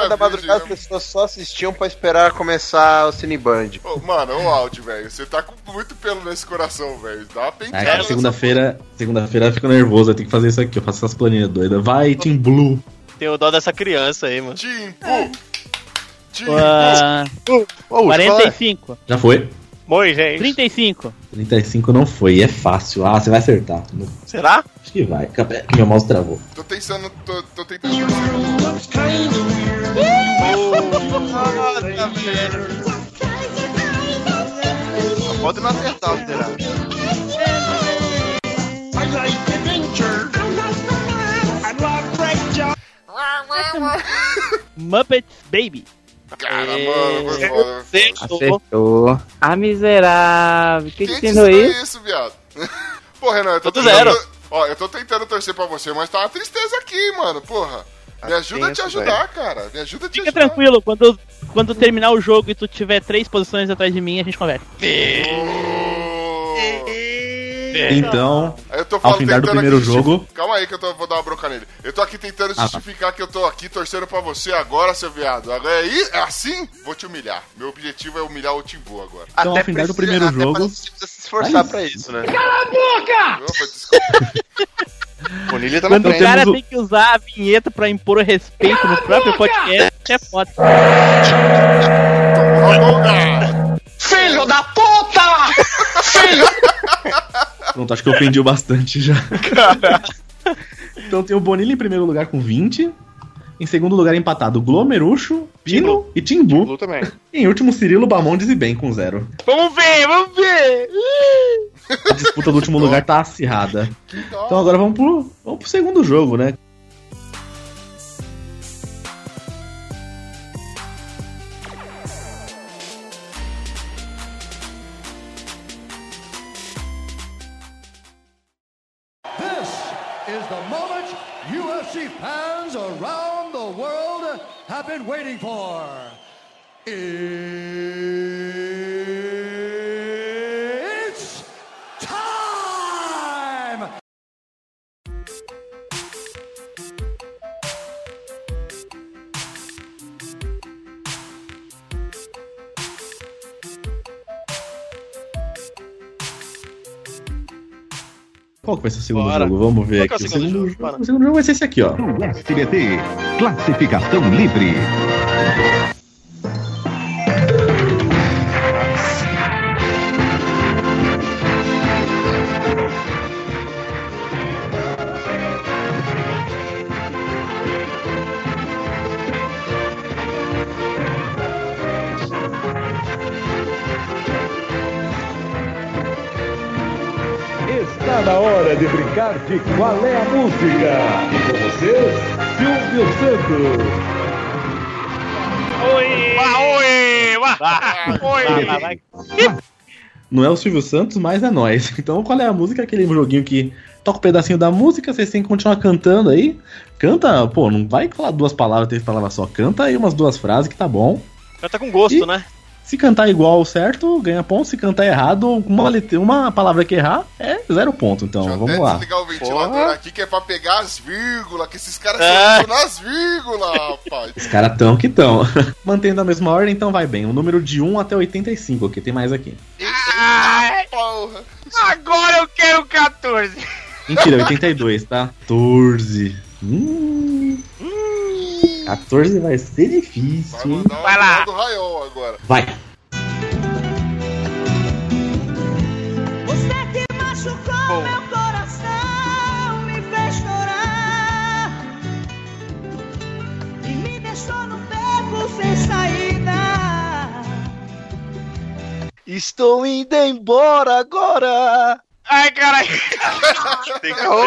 S10: Da madrugada as pessoas só assistiam pra esperar começar o Cineband.
S1: Ô, mano, o áudio, velho. Você tá com muito pelo nesse coração, velho. Dá uma
S4: Ah,
S1: penteada.
S4: cara,
S1: nessa-
S4: segunda-feira, segunda-feira eu fico nervoso, eu tenho que fazer isso aqui, eu faço essas planilhas doidas. Vai, Team Blue.
S12: Tem o dó dessa criança aí, mano.
S1: Timbu.
S4: É.
S1: Timbu.
S3: Ah,
S10: Ô,
S3: 45.
S4: Já foi?
S12: Boi, gente.
S3: 35.
S4: 35 não foi, e é fácil. Ah, você vai acertar. Não-
S12: Será?
S4: Acho que vai. Pera, Meu mouse travou.
S1: Tô pensando, tô, tô tentando. perceber.
S12: Só pode não acertar, será?
S3: Muppets Baby.
S1: Cara, mano,
S17: É
S13: É,
S1: foi foda.
S18: Acertou. Ah, miserável. Que
S1: Quem
S18: que
S1: te
S18: ensinou
S1: ensinou
S18: isso?
S1: isso, viado? Pô, Renan, eu tô
S12: Tudo zero.
S1: tentando- Ó, eu tô tentando torcer pra você, mas tá uma tristeza aqui, hein, mano. Porra. Me
S4: Tá
S1: ajuda a te
S3: tenso,
S1: ajudar, cara. Me ajuda a te
S3: Fica tranquilo, quando, quando terminar o jogo e tu tiver três posições atrás de mim, a gente conversa.
S4: Então,
S1: Eu tô
S4: ao
S1: falando-
S4: findar do
S1: tentando
S4: primeiro
S1: aqui
S4: jogo,
S1: justi- Calma aí que eu tô- vou dar uma bronca nele. Eu tô aqui tentando
S4: Ah, tá.
S1: justificar que eu tô aqui torcendo pra você agora, seu viado. Agora é, i- é assim? Vou te humilhar. Meu objetivo é humilhar o Timbu agora.
S4: então, ao findar do primeiro jogo,
S1: se
S4: esforçar Mas-
S1: pra isso, né?
S13: Cala a boca!
S2: Bonilha
S3: tá
S2: tá
S3: na
S2: na
S3: O
S2: frente.
S3: cara
S2: Temos o-
S3: tem que usar a vinheta pra impor o respeito no próprio podcast. Isso é foda.
S13: Filho da puta! Filho!
S4: pronto, acho que eu ofendi bastante já. Então tem o Bonilha em primeiro lugar com 20. Em segundo lugar, empatado Glomeruxo, Pino e Timbu.
S2: também.
S4: Em último, Cirilo, Bamondes e Ben com zero.
S5: Vamos ver, vamos ver.
S4: A disputa do último lugar tá acirrada. Então agora vamos pro, vamos pro segundo jogo, né?
S17: This is the moment UFC fans around the world have been waiting for. It's time!
S4: Qual que vai ser o segundo jogo? Vamos ver
S11: Qual que
S4: aqui.
S11: é
S4: O
S11: o segundo
S4: segundo,
S11: jogo? Para.
S4: jogo, o segundo jogo vai ser esse aqui, ó.
S11: SBT, classificação livre.
S19: Está na hora de brincar de qual é a música. E com vocês, Silvio Santos.
S5: Oi! Oi! Oi!
S4: Não é o Silvio Santos, mas é nós. Então qual é a música? Aquele joguinho que toca um pedacinho da música, vocês têm que continuar cantando aí. Canta, pô, não vai falar duas palavras, três palavras só. Canta aí umas duas frases que tá bom.
S12: Já tá com gosto,
S4: E-
S12: né?
S4: Se cantar igual certo, ganha ponto. Se cantar errado, uma, letra, uma palavra que errar, é zero ponto. Então, vamos lá.
S1: Desligar o ventilador aqui que é pra pegar as vírgulas, que esses caras
S4: É.
S1: são tudo nas vírgulas, rapaz.
S4: Os caras tão que tão. Mantendo a mesma ordem, então vai bem. O número de 1 até 85, ok? Tem mais aqui.
S5: Ai, Agora eu quero 14.
S4: Mentira, 82, tá? 14. Hum. 14 Hum. vai ser dififícil, hein?
S5: Vai lá.
S7: um
S1: Do Raiol agora.
S4: Vai.
S13: Você que machucou meu coração, me fez chorar e me deixou no beco sem saída.
S12: Estou indo embora agora.
S5: Ai, caralho.
S7: Tem que ser o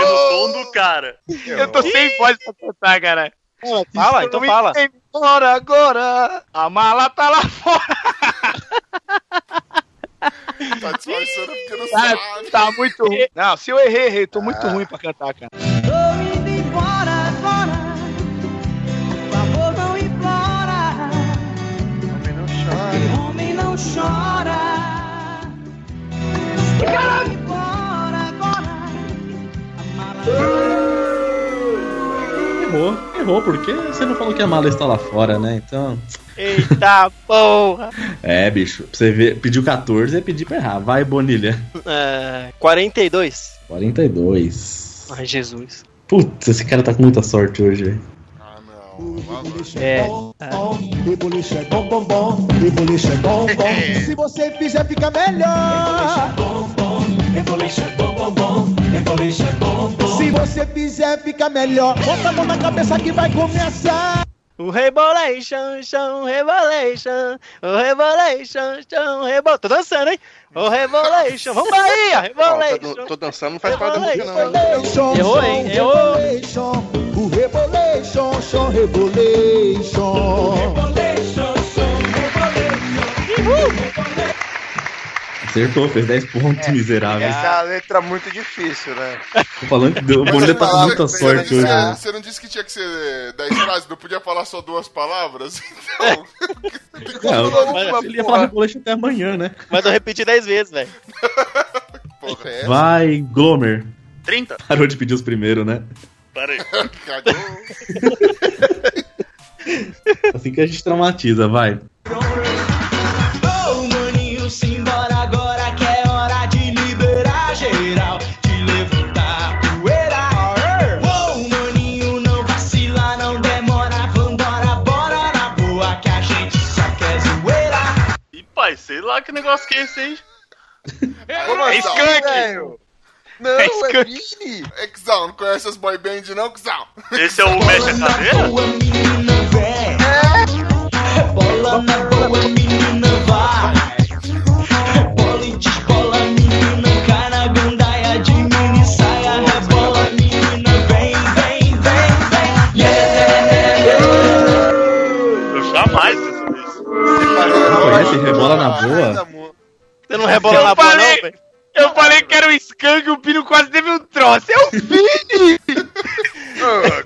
S7: tom do cara.
S5: Eu tô sem voz pra cantar, cara.
S12: fala, então fala.
S5: Embora agora. A mala tá lá fora.
S1: Tá disfarçando porque não
S6: Ah,
S5: sabe. Tá muito ruim. Não, se eu errei, errei. Tô muito ruim pra cantar, cara.
S13: Tô indo embora agora, por favor não implora. Homem não chora. Homem não chora.
S4: Errou, errou, porque você não falou que a mala está lá fora, né? Então.
S12: Eita porra.
S4: É, bicho. Pra você ver, pediu 14 é pedir pra errar. Vai, Bonilha.
S12: É, 42.
S4: 42.
S12: Ai, Jesus.
S4: Putz, esse cara tá com muita sorte hoje, velho.
S12: É.
S17: Rebolicha é bom, bom, bom. Rebolicha é bom, bom. Se você fizer, fica melhor. Rebolicha é bom, bom, bom. Rebolicha é bom, bom. Se você fizer, fica melhor. Bota a mão na cabeça que vai começar.
S12: O Rebolation, chão, Rebolation, o Rebolation, chão, Rebolation. Tô dançando, hein? O Rebolation, vamos Bahia,
S2: Ó,
S12: Rebolation.
S2: tô, tô dançando, não faz parte né? da música, não.
S12: Errou, hein? Errou.
S17: Rebolation, o Rebolation, show Rebolation.
S4: Essa Acertou, fez 10 pontos, miserável.
S10: Essa é uma letra muito difícil, né?
S4: Tô falando que deu, o
S1: Mas
S4: Bonilha
S1: você
S4: tá com
S1: falava-
S4: muita
S1: você
S4: sorte
S1: não
S4: hoje.
S1: disse- é,
S4: né?
S1: Você não disse que tinha que ser 10 frases? Não podia falar só duas palavras? Então. assim? tem que
S4: É,
S1: falar
S4: eu-
S1: uma
S4: ele ia
S1: porra.
S4: falar rebolete até amanhã, né?
S12: Mas eu repeti 10 vezes, velho.
S1: Porra,
S12: é
S4: Vai, Glomer.
S7: 30?
S4: Parou de pedir os primeiros, né?
S7: Pera aí.
S4: Assim que a gente traumatiza, vai.
S13: Ô maninho, simbora agora que é hora de liberar geral, de levantar a poeira. Ô maninho, não vacila, não demora, vambora, bora na boa que a gente só quer zoeira.
S7: Ih, pai, sei lá que negócio que é esse aí.
S1: Como
S7: é
S1: assim,
S7: skunk.
S1: velho? Não,
S7: É
S1: é,
S7: skunk.
S1: é Vini. É Xal, não conhece as boy band não, Xal?
S7: Esse é o mexe a cadeira?
S1: É?
S13: É Bola na boa, menina vai. Rebola e desbola, menina cai na gandaia de mini saia. Rebola, menina vem, vem, vem, vem. Yeah!
S7: Eu jamais fiz isso.
S4: Não conhece Rebola na Boa?
S12: Você não rebola na bola, não, velho?
S5: Eu falei que era um skunk e o Pino quase teve um troço. É o Vini!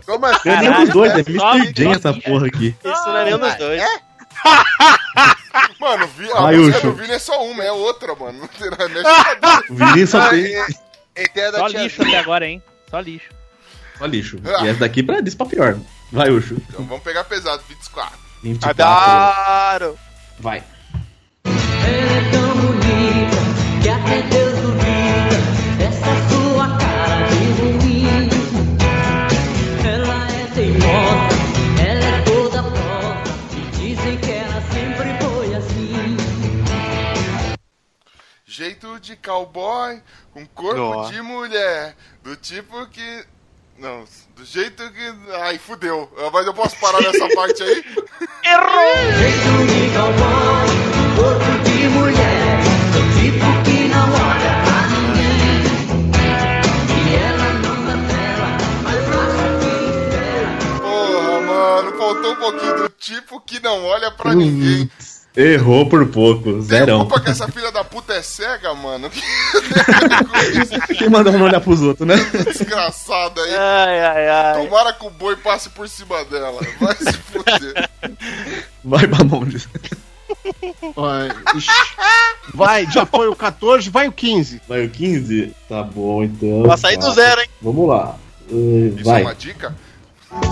S10: Como assim?
S4: É nem dos
S6: tá
S4: dois, é Mr. Jam essa porra aqui.
S12: Isso não é nenhum dos dois.
S1: Mano, vi, a
S4: Vai,
S1: música
S4: Ucho.
S1: do Vini é só uma, é outra, mano. Não tem nada mexe com a cadeira.
S4: O Vini só tem.
S3: Só lixo até agora, hein? Só lixo.
S4: Só lixo. E essa daqui pra disso pra pior. Vai, Ucho.
S1: Então vamos pegar pesado, 24.
S4: 24. Vai.
S13: Ela é tão bonita que até Deus duvida dessa sua cara de ruim. Ela é teimosa, ela é toda pronta e dizem que ela sempre foi assim.
S1: Jeito de cowboy com corpo
S5: Ó.
S1: de mulher. Do tipo que. Não, do jeito que. Ai, fudeu. Ah, Mas eu posso parar nessa parte aí?
S13: Jeito de galvão, corpo de mulher, do tipo que não olha pra ninguém. E ela não dá tela, mas acha que
S1: Porra, mano, faltou um pouquinho do tipo que não olha pra ninguém.
S4: Errou por pouco, zerão.
S1: Opa, que essa filha da puta é cega, mano. Que
S4: Quem mandou um olhar pros outros, né?
S1: desgraçada aí.
S12: Ai, ai, ai.
S1: Tomara que o boi passe por cima dela. Vai se fuder.
S4: Vai, Bamondes.
S9: Ó, ixi. Vai, já foi o 14, vai o 15.
S4: Vai o 15? Tá bom, então.
S9: Pra sair do
S4: Tá.
S9: zero, hein?
S4: Vamos lá. Uh, vai.
S1: é uma dica?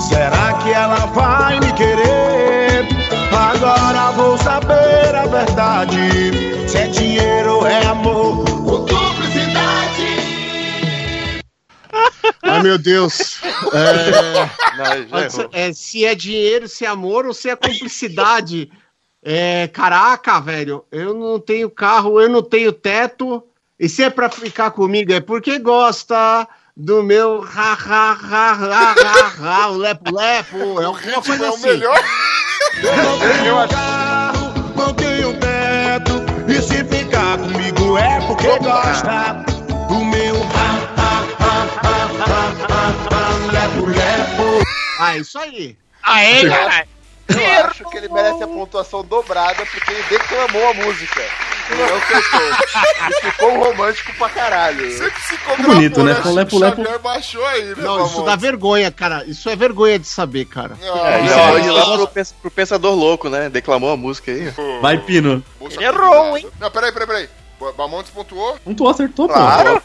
S17: Será que ela vai me querer? Agora vou saber a verdade. Se é dinheiro ou é amor,
S13: com
S17: é
S13: cumplicidade.
S9: Ai, meu Deus. É... Pode ser-
S10: errou.
S9: é, se é dinheiro, se é amor ou se é cumplicidade. É, caraca, velho, eu não tenho carro, eu não tenho teto. E se é pra ficar comigo, é porque gosta do meu ha, ha, ha, ha, ha, ha, o lepo-lepo. É alguma coisa
S1: é o
S9: assim.
S1: melhor.
S17: não tenho um carro, não tenho teto. E se ficar comigo é porque gosta do meu ha, ha, ha, ha, ha, ha, ha, lepo, lepo.
S9: Ah,
S6: é
S9: isso aí.
S5: Aê, caralho.
S10: Eu acho que ele merece a pontuação dobrada porque ele declamou a música. Ele é não cantou. E
S12: é
S10: ficou um romântico pra caralho.
S1: Você psicografou,
S9: Bonito, né?
S1: Acho
S9: Com
S1: que
S9: lepo,
S1: o
S9: lepo.
S1: Xavier baixou aí, né,
S9: Não, isso
S1: Mamon?
S9: dá vergonha, cara. Isso é vergonha de saber, cara.
S1: Ah,
S2: É, isso é de lá pro, pens- pro pensador louco, né? Declamou a música aí.
S4: Vai, Pino.
S1: Ele errou, hein? Não, peraí, peraí, peraí. Ba- Bamontes pontuou?
S4: Não tu acertou, pô.
S2: Ah,
S12: Claro.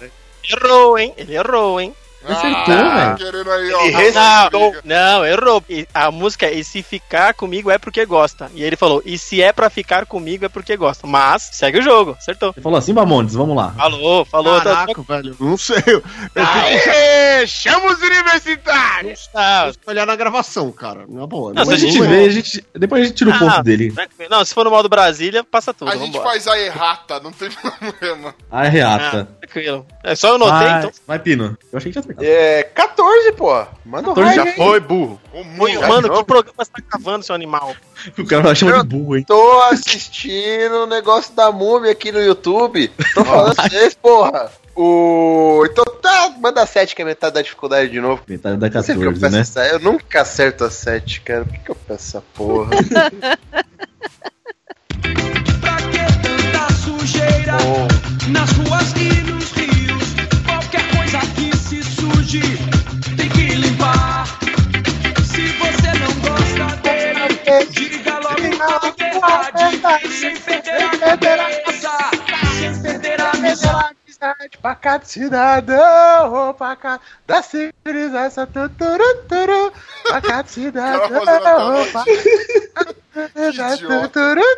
S12: Errou, hein? Ele errou, hein?
S9: Ah,
S4: Acertou,
S9: tá
S4: velho.
S1: Ah, Querendo aí, ó.
S12: Ele não, não, errou. E A música é E se ficar comigo é porque gosta. E ele falou, e se é pra ficar comigo é porque gosta. Mas segue o jogo, acertou.
S4: Você falou assim, Bamondes, vamos lá.
S12: Falou, falou. tá
S9: Caraca, velho. Não sei. Eu, eu
S12: é.
S5: Aê, chama os universitários!
S12: Ah,
S9: tenho que olhar na gravação, cara. Na boa. né?
S12: Não,
S9: Não, é.
S4: Depois
S12: se
S4: a gente vê, a gente, depois a gente tira o ponto dele.
S12: tranquilo. Ah, Não, se for no modo Brasília, passa tudo.
S1: A gente
S12: vambora.
S1: faz a errata, não tem problema.
S4: Ah, é reata.
S12: Tranquilo. É só eu notei,
S4: vai,
S12: então.
S4: vai, Pino. Eu achei que tinha acertado.
S10: É, 14, pô. Manda o
S4: 14
S10: raio.
S4: Então já
S10: aí.
S4: foi,
S10: burro.
S12: Oi, mano, que programa você tá cavando, seu animal?
S4: O cara vai chamar de burro, hein?
S10: Tô assistindo o negócio da múmia aqui no YouTube. Tô falando desse, porra. O. Então tá, manda 7 que é metade da dificuldade de novo.
S4: Metade da
S10: Sempre que eu
S4: 14,
S10: peço
S4: né?
S10: essa- Eu nunca acerto a 7, cara. Por que, que eu peço essa porra?
S13: Pra que tanta sujeira?
S10: cidade, pacato cidadão, ô, pacato da civilização, tu, turu, turu, pacato cidadão, ô, pacato da civilização, turu,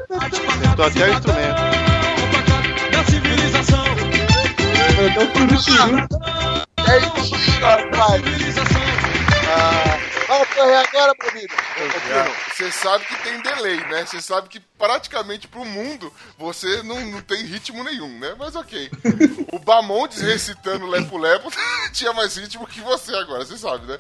S10: turu.
S2: Tô até o instrumento.
S10: É isso aí, rapaz. Ah, Fala pra ele agora, meu amigo.
S1: Você sabe que tem delay, né? Você sabe que praticamente pro mundo você não, não tem ritmo nenhum, né? Mas ok. O Bamondes recitando Lepo Lepo tinha mais ritmo que você agora, você sabe, né?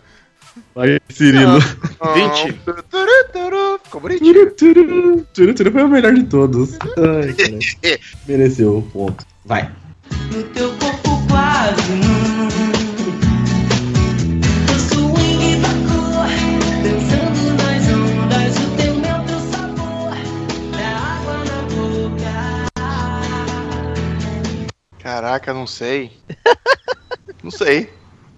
S4: Vai, Cirilo.
S1: Ah, 20.
S10: Turu, turu. Ficou bonitinho.
S4: Turu, turu, turu, turu foi o melhor de todos. Ai, cara. Mereceu o ponto. Vai.
S13: No teu corpo quase nu O swing da cor Dançando nas ondas O teu mel, teu sabor Da água na boca
S2: Caraca, não sei. Não sei.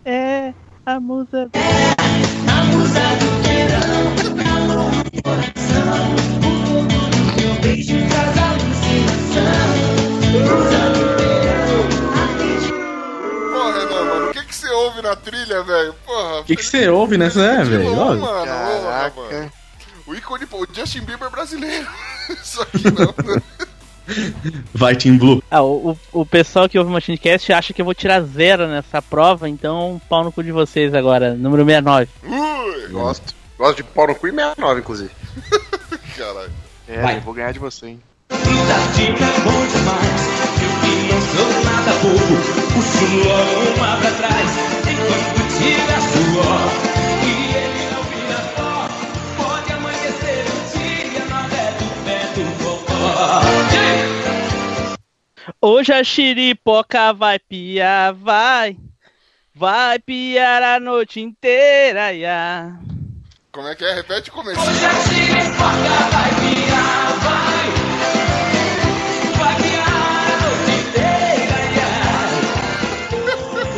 S3: É, a musa.
S13: É A musa do verão Calor no coração O fogo do teu beijo Traz alucinação Musa do
S1: Pô, Renan, mano, o que, que você ouve na trilha, velho? Porra,
S4: O que que você ouve nessa, né, velho?
S1: mano,
S4: Ó,
S1: porra, mano. O ícone, pô, o Justin Bieber brasileiro. Só que não, né?
S4: Vai, Team Blue.
S3: Ah, o, o, o pessoal que ouve o Machine Cast acha que eu vou tirar zero nessa prova, então pau no cu de vocês agora, número 69.
S1: Ui,
S10: Gosto. Gosto de pau no cu e 69, inclusive.
S1: caralho.
S6: É, eu vou ganhar de você, hein?
S13: Fantástica é bom demais. Eu que não sou nada bobo, puxo logo uma pra trás. Enquanto tira suor, e ele não vira pó. Pode amanhecer um dia, mas é do pé do vovó.
S3: Hoje a xiripoca vai piar, vai. Vai piar a noite inteira, ia.
S1: Como é que é? Repete o começo.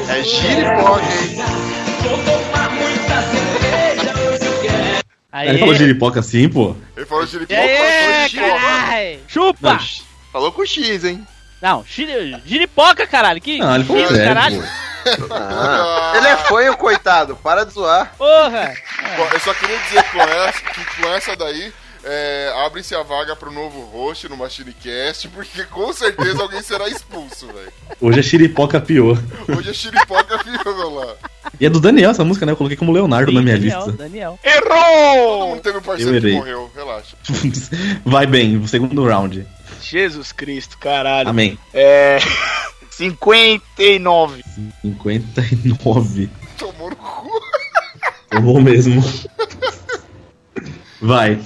S13: É giripoca, hein? Vou tomar muita cerveja hoje eu quero.
S4: Ele falou giripoca assim, pô.
S1: Ele falou giripoca,
S3: É,
S13: falou
S3: caralho! Chupa!
S2: Falou com X, hein?
S3: Não, xiri- giripoca, caralho! Que
S4: Não, ele falou
S3: X,
S4: sério,
S10: Ah, ele é fanho, coitado. Para de zoar.
S3: Porra!
S1: Bom, eu só queria dizer com essa, que com essa daí. é, Abre-se a vaga pro novo host no Machinecast, porque com certeza alguém será expulso, velho.
S4: pô. Hoje é Chiripoca pior.
S1: Hoje é a Chiripoca viu, lá.
S4: E é do Daniel essa música, né? Eu coloquei como Leonardo na minha lista.
S3: Daniel.
S1: Errou! Todo mundo teve um
S4: Eu
S1: parceiro que
S4: errei.
S1: morreu, relaxa.
S4: Vai bem, o segundo round.
S6: Jesus Cristo, caralho.
S4: Amém.
S6: É. 59.
S4: 59.
S1: Tomou no cu.
S4: Eu vou mesmo. Vai.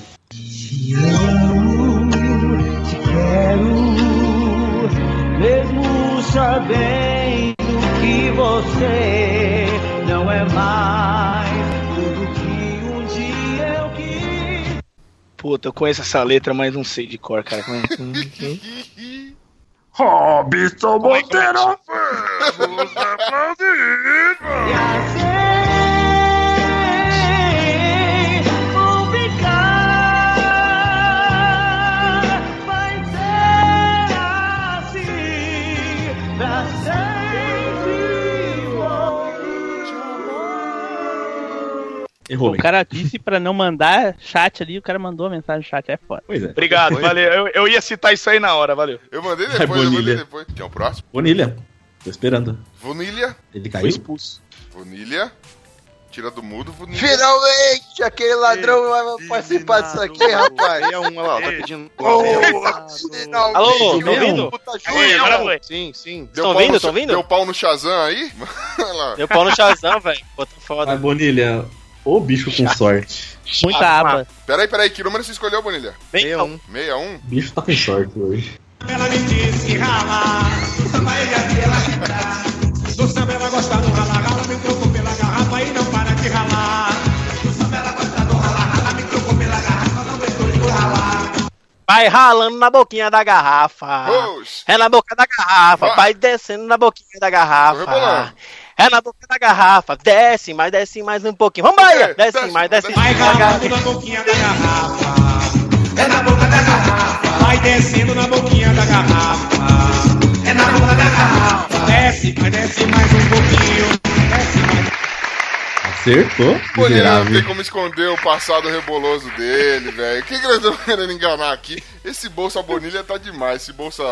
S13: Quero, mesmo sabendo que você não é mais tudo que um dia eu quis.
S6: Puta, eu conheço essa letra, mas não sei de cor, cara. Como é? hum.
S13: Robson
S6: é
S13: Monteiro! é assim,
S4: Errou.
S3: O cara disse pra não mandar chat ali, o cara mandou a mensagem no chat, é foda.
S4: Pois é.
S6: Obrigado, valeu. Eu, eu ia citar isso aí na hora, valeu.
S1: Eu mandei
S4: Vai,
S1: depois, eu mandei
S4: Bonilha.
S1: depois. Quem é o próximo?
S4: Bonilha. Tô esperando.
S1: Vanilha.
S4: Ele caiu?
S6: expulso.
S1: Vanilha. Tira do mudo, Vanilha.
S10: Finalmente, aquele ladrão vai participar disso aqui, rapaz.
S6: É um, olha lá, tá pedindo.
S12: Alô, tá ouvindo?
S6: Oi, agora foi.
S12: Sim, sim.
S1: Deu
S12: Estão
S1: pau
S12: ouvindo?
S1: no
S12: Estão
S1: Sha-
S12: ouvindo?
S1: Deu pau no Shazam aí? Olha lá.
S12: Deu pau no Shazam, velho. Pô, tá
S4: Vai,
S12: foda.
S4: Bonilha. Ô bicho com sorte.
S3: Muita aba.
S1: Peraí, peraí, que número você escolheu, Bonilha?
S12: 61.
S1: 61?
S4: O bicho tá com sorte hoje.
S13: Ela me disse que rala, no samba ele havia ela ficar. No samba ela gosta do ralar, rala me trocou pela garrafa e não para de ralar. No samba ela gosta do ralar, rala me trocou pela garrafa, não aguentou de ralar.
S12: Vai ralando na boquinha da garrafa.
S1: Oxe.
S12: É na boca da garrafa. Vai, descendo na boquinha da garrafa.
S1: rebolando.
S12: É na boca da garrafa. Desce mais, desce mais um pouquinho. Vamos aí. ó. Desce, mais, desce
S13: Vai
S12: mais. Devagar.
S13: ralando na boquinha da garrafa. É na boca da
S4: Ah.
S13: garrafa. Vai descendo na boquinha da garrafa. É na boca da garrafa. desce, mas desce mais um pouquinho. Desce mais.
S4: Acertou.
S1: Pô, ele não tem
S4: Miserável.
S1: como esconder o passado reboloso dele, velho. Quem que nós estamos querendo enganar aqui? Esse Bolsa Bonilha tá demais. Esse Bolsa.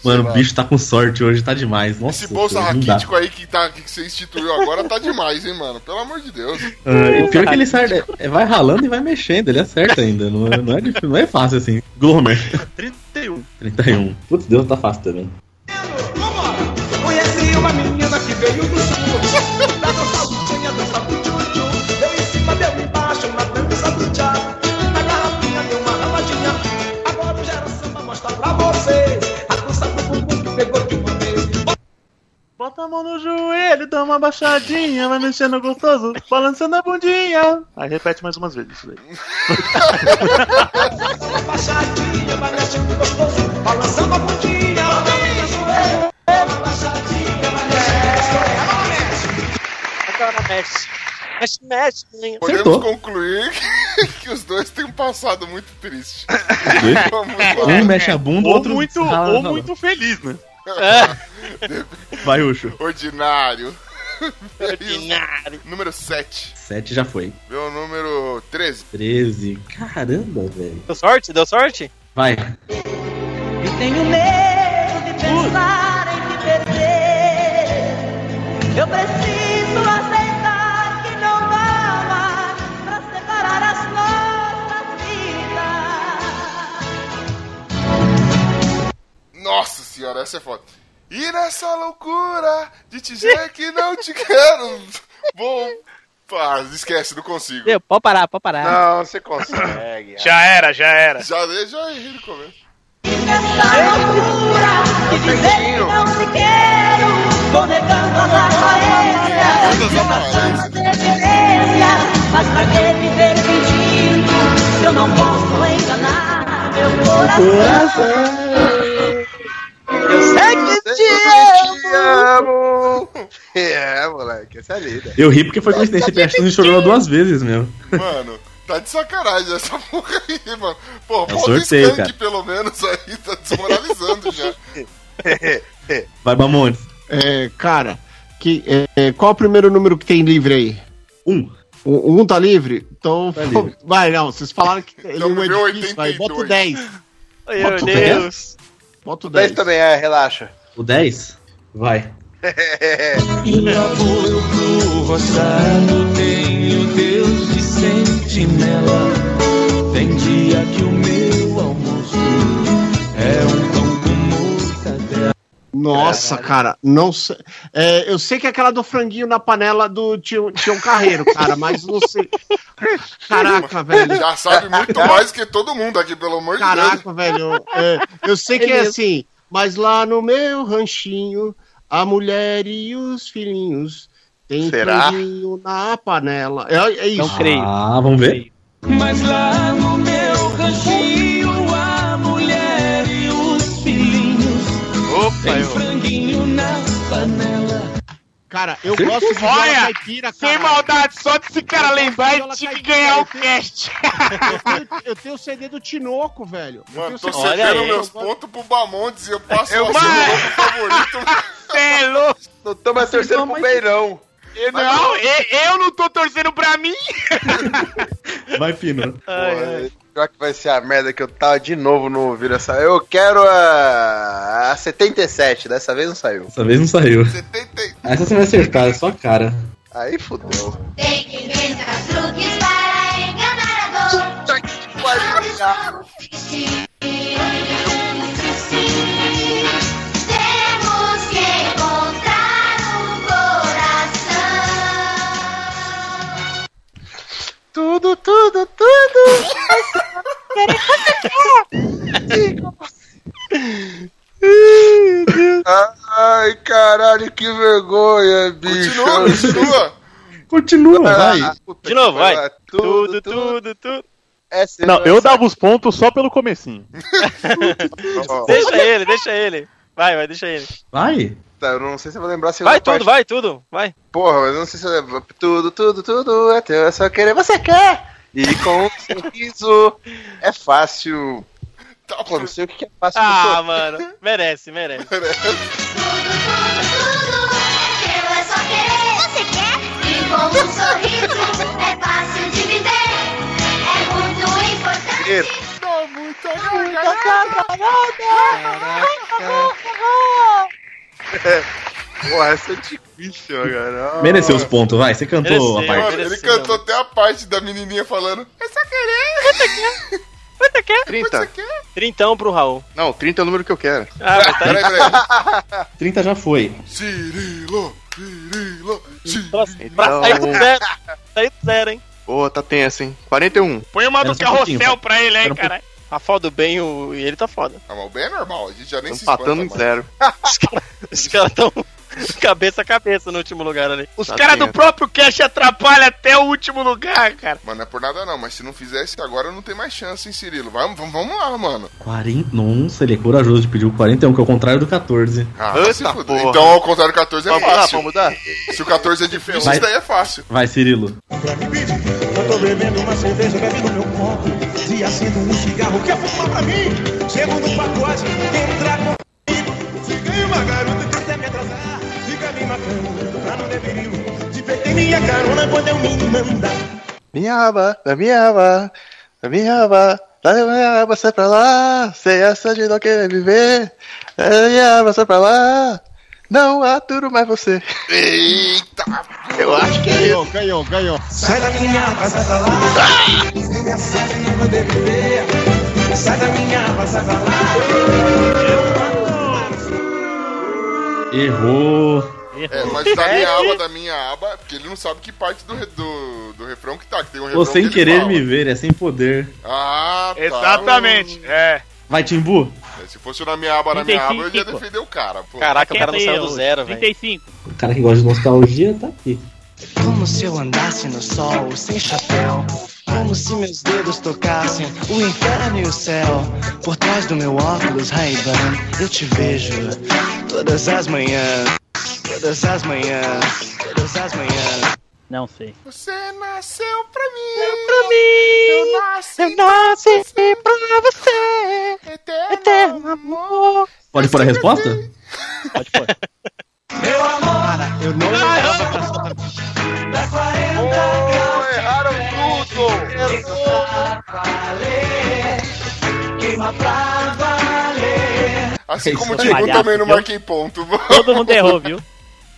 S1: sei
S4: Mano,
S1: lá,
S4: o bicho tá com sorte hoje, tá demais. Nossa,
S1: Esse Bolsa
S4: não dá.
S1: Raquítico aí que, tá, que você instituiu agora tá demais, hein, mano? Pelo amor de Deus.
S4: Ah, e pior que ele acerta, é- é- vai ralando e vai mexendo, ele acerta ainda. Não é, não é, difícil, não é fácil assim. Glomer.
S7: 31.
S4: 31. Putz, Deus tá fácil também.
S13: Conheci uma menina que veio do sul. Da dança tinha dança do tchutchu. Eu em cima, deu embaixo, na dança do tchá. Na garrafinha deu uma raladinha. Agora o Gera Samba mostra pra vocês. A dança do bumbum que pegou de uma vez.
S10: Bota a mão no joelho, dá uma baixadinha, vai mexendo gostoso, balançando a bundinha.
S7: Aí Ah, repete mais umas vezes isso daí.
S13: Baixadinha, vai mexendo gostoso. Balançando a bundinha. Bota a mão no joelho. dá uma Baixadinha, vai mexendo gostoso. Agora mexe.
S12: Agora mexe. Mexe, mexe, menino.
S1: Podemos concluir que, que os dois têm um passado muito triste.
S4: dois?
S1: Vamos lá.
S4: Um mexe a bunda,
S7: ou
S4: outro
S7: muito,
S4: rala-
S7: ou
S4: rala.
S7: muito feliz, né?
S4: Vai, Ucho.
S1: Ordinário. Ordinário. Número 7.
S4: 7 já foi.
S1: Meu número 13.
S4: 13. Caramba, velho.
S12: Deu sorte? Deu sorte?
S4: Vai.
S13: Eu tenho medo de pensar em me perder. Eu preciso aceitar que não dá mais pra separar as nossas vidas.
S1: Nossa senhora, essa é foda. E nessa loucura de dizer que não te quero. Bom. Pá, esquece, não consigo.
S3: Meu, pode parar, pode parar.
S1: Não, você consegue.
S7: Já era, já era.
S1: Já, já é errei no começo.
S13: De dizer que não te quero, vou negando as aparências. Eu passando as evidências, mas pra que viver fingindo? Se eu não posso enganar meu coração.
S12: Eu sei que
S13: te
S14: amo. É, moleque, essa é a lida.
S4: Eu ri porque foi coincidência, o Preston chorou duas vezes mesmo.
S1: Tá- Mano, tá de sacanagem essa porra aí, mano. Pô, pô,
S4: É um sorteio,
S1: Skank,
S4: cara.
S1: pelo menos aí tá desmoralizando já.
S4: Vai, Bamonte.
S9: É, cara, que, é, é, qual o primeiro número que tem livre aí?
S4: Um.
S9: O, um tá livre? Então.
S13: livre.
S9: Vai, não, vocês falaram que ele
S13: Então,
S9: não é
S13: meu
S9: difícil, vai, bota o
S13: 82.
S9: 10.
S13: Ai,
S9: Bota
S13: meu
S9: o 10.
S13: Deus.
S9: Bota o
S14: 10
S9: 10.
S14: também, é, relaxa.
S4: O 10? Vai.
S13: Namoro pro roçado tenho Deus de sentinela. Tem dia que o meu almoço é um pão com mortadela.
S9: Nossa, cara, não sei. É, eu sei que é aquela do franguinho na panela do tio, tio Carreiro, cara, mas não sei. Caraca, velho.
S1: Já sabe muito mais que todo mundo aqui, pelo amor de Deus.
S9: Caraca, velho. é, eu sei que é assim, mas lá no meu ranchinho, a mulher e os filhinhos têm
S14: Será?
S9: franguinho na panela. É, é isso.
S4: Ah, vamos ver.
S13: Mas lá no meu ranchinho a mulher e os filhinhos.
S7: Opa,
S13: tem
S7: eu-
S13: franguinho na panela.
S9: Cara, eu
S13: Sim.
S9: gosto de
S13: Olha,
S9: Sem maldade,
S7: só desse
S13: cara lembrar, ele tinha que ganhar o
S9: cast. Eu tenho o CD do Tinoco, velho. Eu
S1: Mano,
S9: tenho
S1: tô
S9: o CD
S1: cedendo
S9: do
S1: meus
S9: Tinoco.
S1: pontos pro Bamontes e eu passo
S9: Eu-
S1: o meu um favorito.
S7: Pelo!
S14: Não tô mais torcendo pro Beirão.
S7: Eu
S1: é
S7: não, eu, eu não tô torcendo pra mim!
S4: Vai, Pino.
S14: Ai, Pior que vai ser a merda que eu tava de novo no Vira essa. Eu quero a... a 77, dessa vez não saiu.
S4: Dessa vez não saiu. Essa você vai acertar, é só cara.
S14: Aí fudeu.
S13: Tem que inventar truques para enganar a dor. Puta que pariu, cara. Temos que encontrar o coração.
S10: Tudo, tudo, tudo.
S14: Ai, caralho, que vergonha, bicho.
S1: Continua, continua.
S4: Continua,
S14: vai.
S7: De novo, vai.
S14: Tudo, É né?
S7: tudo, tudo.
S14: Essa
S20: Não, eu dava os pontos só pelo comecinho.
S12: Deixa ele, deixa ele. Vai, vai, deixa ele.
S4: Vai.
S14: Tá, eu não sei se eu vou lembrar se
S12: Vai tudo, vai tudo, vai.
S14: Porra, mas eu não sei se eu lembro. Tudo, tudo, tudo é teu, é só querer. Você quer! E com um sorriso é fácil.
S1: Tá
S14: Pô, não sei o que que é fácil.
S12: Ah, mano, merece, merece.
S13: Tudo é é
S10: dinheiro.
S13: Tô muito agarrada.
S10: Porra, essa é difícil, cara.
S4: Mereceu os pontos, vai. Você cantou a parte.
S1: Mano, ele cantou até a parte da menininha falando. "É
S13: Eu só queria. Quanto que é?
S14: 30.
S12: Trintão pro Raul.
S14: Não, 30 é o número que eu quero.
S12: Ah, mas tá aí.
S4: 30 já foi.
S1: Cirilo, Cirilo, Cirilo.
S12: Pra sair do zero. Sair do zero, hein?
S14: Pô, tá tenso, hein? 41.
S6: Põe uma do
S14: Era só um pouquinho,
S6: carrossel pra ele,
S12: um
S6: hein, cara.
S12: Rafael do bem Tá o... e ele tá foda.
S1: Ah, mas o Ben é normal, a gente já nem
S14: Tô
S1: se espanta.
S14: empatando em
S1: mais.
S14: zero.
S12: Os caras os cara tão cabeça a cabeça no último lugar ali. Tá
S6: Os
S4: Tá
S6: caras do próprio cash atrapalham até o último lugar, cara.
S1: Mano, não é por nada não, mas se não fizesse agora não tem mais chance, hein, Cirilo. Vamos, vamos, vamos lá, mano.
S4: 40. Nossa, ele é corajoso de pedir o 41, que é o contrário do 14.
S1: Ah, vai se fuder. Então, ao contrário do 14 é
S4: Vamos mudar,
S1: fácil.
S4: vamos mudar?
S1: Se o 14 é difícil,
S4: Vai.
S1: isso daí é fácil.
S4: Vai, Cirilo.
S9: Eu tô bebendo uma cerveja, é bebendo meu copo E acendo um cigarro, quer fumar pra mim? Chego no pacote, entra comigo Se ganha uma garota que até me atrasar Fica me matando, pra não deverio De perder minha carona quando eu me mandar
S14: Minha aba, da minha aba, da minha aba, da minha aba, sai pra lá, sem essa de não querer viver, da minha aba, sai pra lá, não aturo mais você.
S1: Eita!
S14: Eu acho que é isso.
S6: Ganhou, ganhou.
S9: Sai da minha aba, sai pra lá Se me acerta, não vou devolver Sai da minha aba, sai pra lá
S4: Errou.
S1: É, mas da minha aba, da minha aba, porque ele não sabe que parte do, re- do, do refrão que tá, que tem um refrão
S4: Ou sem
S1: que ele
S4: querer
S1: fala.
S4: me ver, é sem poder.
S1: Ah, tá. É,
S6: Exatamente, é.
S4: Vai, Timbu.
S1: Se fosse o na minha aba, na minha aba, eu ia
S3: 35.
S1: defender o cara, pô.
S12: Caraca, o cara não saiu do zero, velho.
S3: 35.
S4: O cara que gosta de nostalgia tá aqui.
S13: Como se eu andasse no sol sem chapéu. Como se meus dedos tocassem o inferno e o céu. Por trás do meu óculos Ray-Ban, eu te vejo todas as manhãs. Todas as manhãs. Todas as manhãs.
S3: Não sei.
S1: Você nasceu pra mim.
S13: Pra mim, eu nasci, eu nasci pra você.
S1: Eterno,
S13: amor.
S4: Pode pôr a resposta?
S13: Meu amor, eu não erraram tudo. Queima pra valer.
S1: Assim
S4: Isso
S1: como o
S4: é
S1: Diego, eu
S4: palhaço,
S1: também não
S4: viu?
S1: marquei ponto.
S3: Todo mundo errou, viu?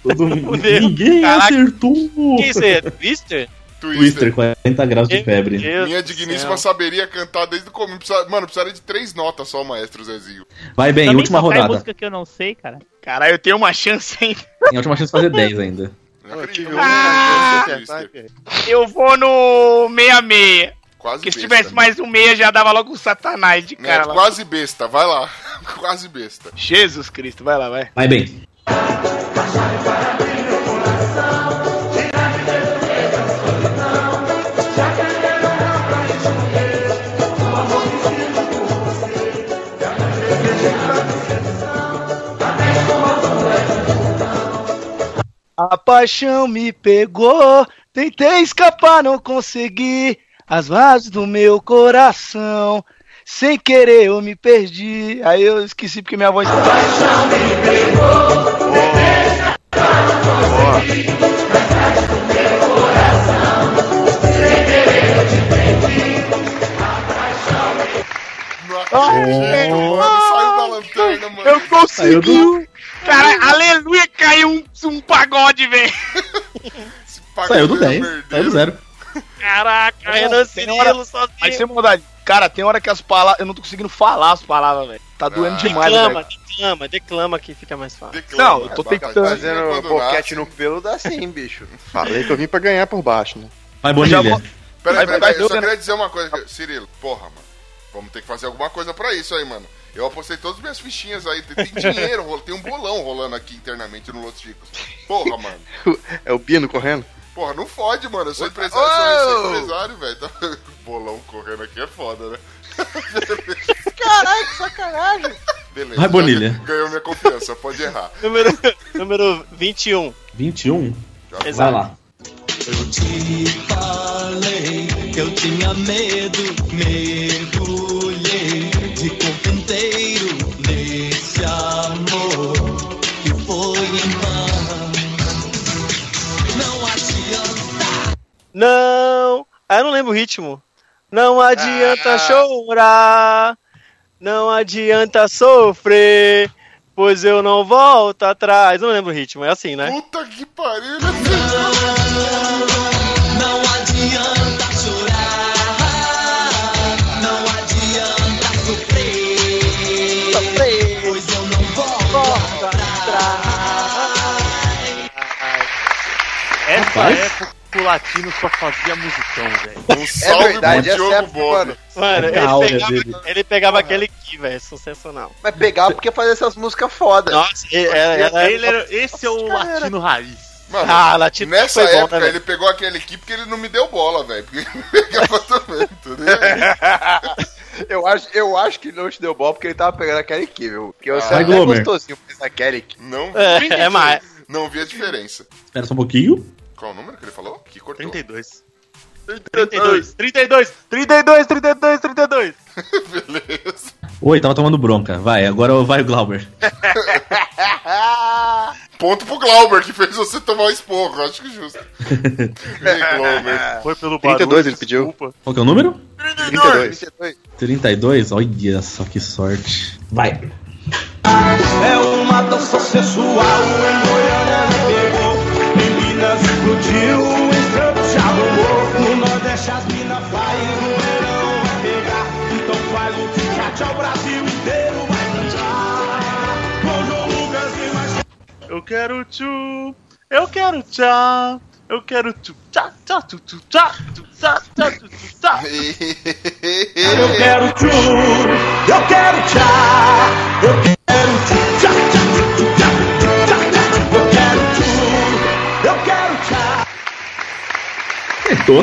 S4: Todo mundo. Ninguém acertou.
S12: Que isso é? Twister?
S4: Twister, 40 graus de febre.
S1: Minha digníssima saberia cantar desde o começo. Precisa- Mano, precisaria de três notas só, maestro Zezinho.
S4: Vai bem,
S3: Também
S4: última
S3: só cai
S4: rodada.
S3: música que eu não sei, cara.
S6: Caralho, eu tenho uma chance ainda.
S4: Tem a última chance de fazer 10 ainda.
S6: Ah, eu vou no 66.
S1: Ah. Quase
S6: Porque se
S1: besta,
S6: tivesse mais um meia, já dava logo o satanás de
S1: Né,
S6: cara lá.
S1: quase besta, vai lá. quase besta.
S6: Jesus Cristo, vai lá, vai.
S4: Vai bem.
S12: A paixão me pegou, tentei escapar, não consegui. As vozes do meu coração, sem querer eu me perdi. Aí eu esqueci porque minha voz.
S1: Mano, saiu da lanterna, mano.
S6: Eu consegui!
S1: Saiu do-
S6: Cara, aleluia, caiu um, um pagode, velho.
S4: Saiu
S12: é
S4: do 10. Saiu do zero.
S6: Caraca,
S12: Renan Cirilo sozinho.
S21: Mas sem maldade, cara, tem hora que as palavras. Eu não tô conseguindo falar as palavras, velho.
S1: Ah.
S21: Tá
S6: Ah.
S21: doendo demais,
S12: Declama,
S21: velho.
S12: declama, declama que fica mais fácil.
S21: Não, eu tô tentando.
S10: Fazendo
S12: um
S10: boquete no pelo dá sim, bicho.
S14: Falei que eu vim pra ganhar por baixo, né?
S4: Vai,
S14: Já
S4: Bonilha.
S14: vou-
S1: Peraí, peraí,
S14: Vai, vai,
S1: peraí, eu só
S14: vai,
S1: queria dizer uma coisa. que- Cirilo, porra, mano. Vamos ter que fazer alguma coisa pra isso aí, mano. Eu apostei todas as minhas fichinhas aí. Tem, tem dinheiro, rola- tem um bolão rolando aqui internamente no Los Chicos. Porra, mano.
S14: É o Bino correndo?
S1: Porra, não fode, mano. Eu sou empresário, sou, eu sou empresário, velho. Então, bolão correndo aqui é foda, né?
S13: Caralho, que sacanagem.
S1: Beleza.
S4: Vai, Bonilha.
S1: já Ganhou minha confiança, pode errar.
S12: Número, número 21.
S4: 21. Vai
S12: Exato.
S4: lá.
S13: Eu te falei que eu tinha medo, mergulhei de corpo inteiro nesse amor que foi em vão. Não adianta.
S12: Não! Ah, eu não lembro o ritmo. Não adianta
S6: Ah.
S12: chorar, não adianta sofrer, pois eu não volto atrás. Não lembro o ritmo, é assim, né?
S1: Puta que pariu, né? Não,
S13: não adianta chorar, não adianta sofrer, pois eu não volto atrás.
S6: Essa
S13: Rapaz.
S6: época o latino só fazia musicão, velho.
S1: Um salve
S12: É verdade,
S1: pro
S12: essa é a
S1: Diogo Bob.
S12: Mano,
S6: É a aura
S12: ele
S6: dele.
S12: pegava, ele pegava aquele que, velho, sensacional.
S10: Mas pegava porque fazia essas músicas fodas.
S12: Nossa,
S6: É,
S12: e- era-
S1: é,
S12: era- Ele era-
S6: esse é o
S10: latino
S6: raiz.
S1: Mano,
S12: Ah, Latino
S1: nessa
S12: foi bom,
S1: época
S12: né, velho?
S1: ele pegou aquele aqui porque ele não me deu bola, velho. Porque é ele pegava também, entendeu?
S10: Eu acho, eu acho que ele não te deu bola porque ele tava pegando a Kelly Key, viu? Porque você
S4: Vai,
S10: até
S4: Ah. Glomer.
S10: gostosinho mas a Kelly Key.
S1: Não
S12: É,
S1: vi.
S12: é mais.
S1: Não vi a diferença.
S4: Espera só um pouquinho.
S1: Qual o número que ele falou? Que cortou.
S6: 32. 32, 32, 32, 32, 32.
S1: Beleza.
S4: Oi, tava tomando bronca. Vai, agora vai o Glauber.
S1: Ponto pro Glauber, que fez você tomar o esporro. Acho que justo. Ei, Glauber.
S6: Foi pelo
S10: 32 ele pediu.
S4: Qual que é o número?
S10: 32. 32.
S4: 32? Olha só que sorte. Vai.
S13: É uma dança sensual, é em Goiânia me pegou, em Minas explodiu, um em Santos já bombou, no Nordeste as minas faz, no verão vai pegar, então faz o tchau, o Brasil inteiro vai cantar, com João Lucas e mais
S6: Eu quero tchu, eu quero tchá, eu quero tchu, tchá, tchá, tchu, tchu, tchá, tchu, tchá, tchá, tchu, tchu, tchá.
S13: Eu quero tchu, eu quero tchá, eu quero tchu, tchá, tchá, tchu, tchu, tchá, tchu, tchá, tchá, tchu. eu quero tchu, eu quero tchá.
S4: Acertou.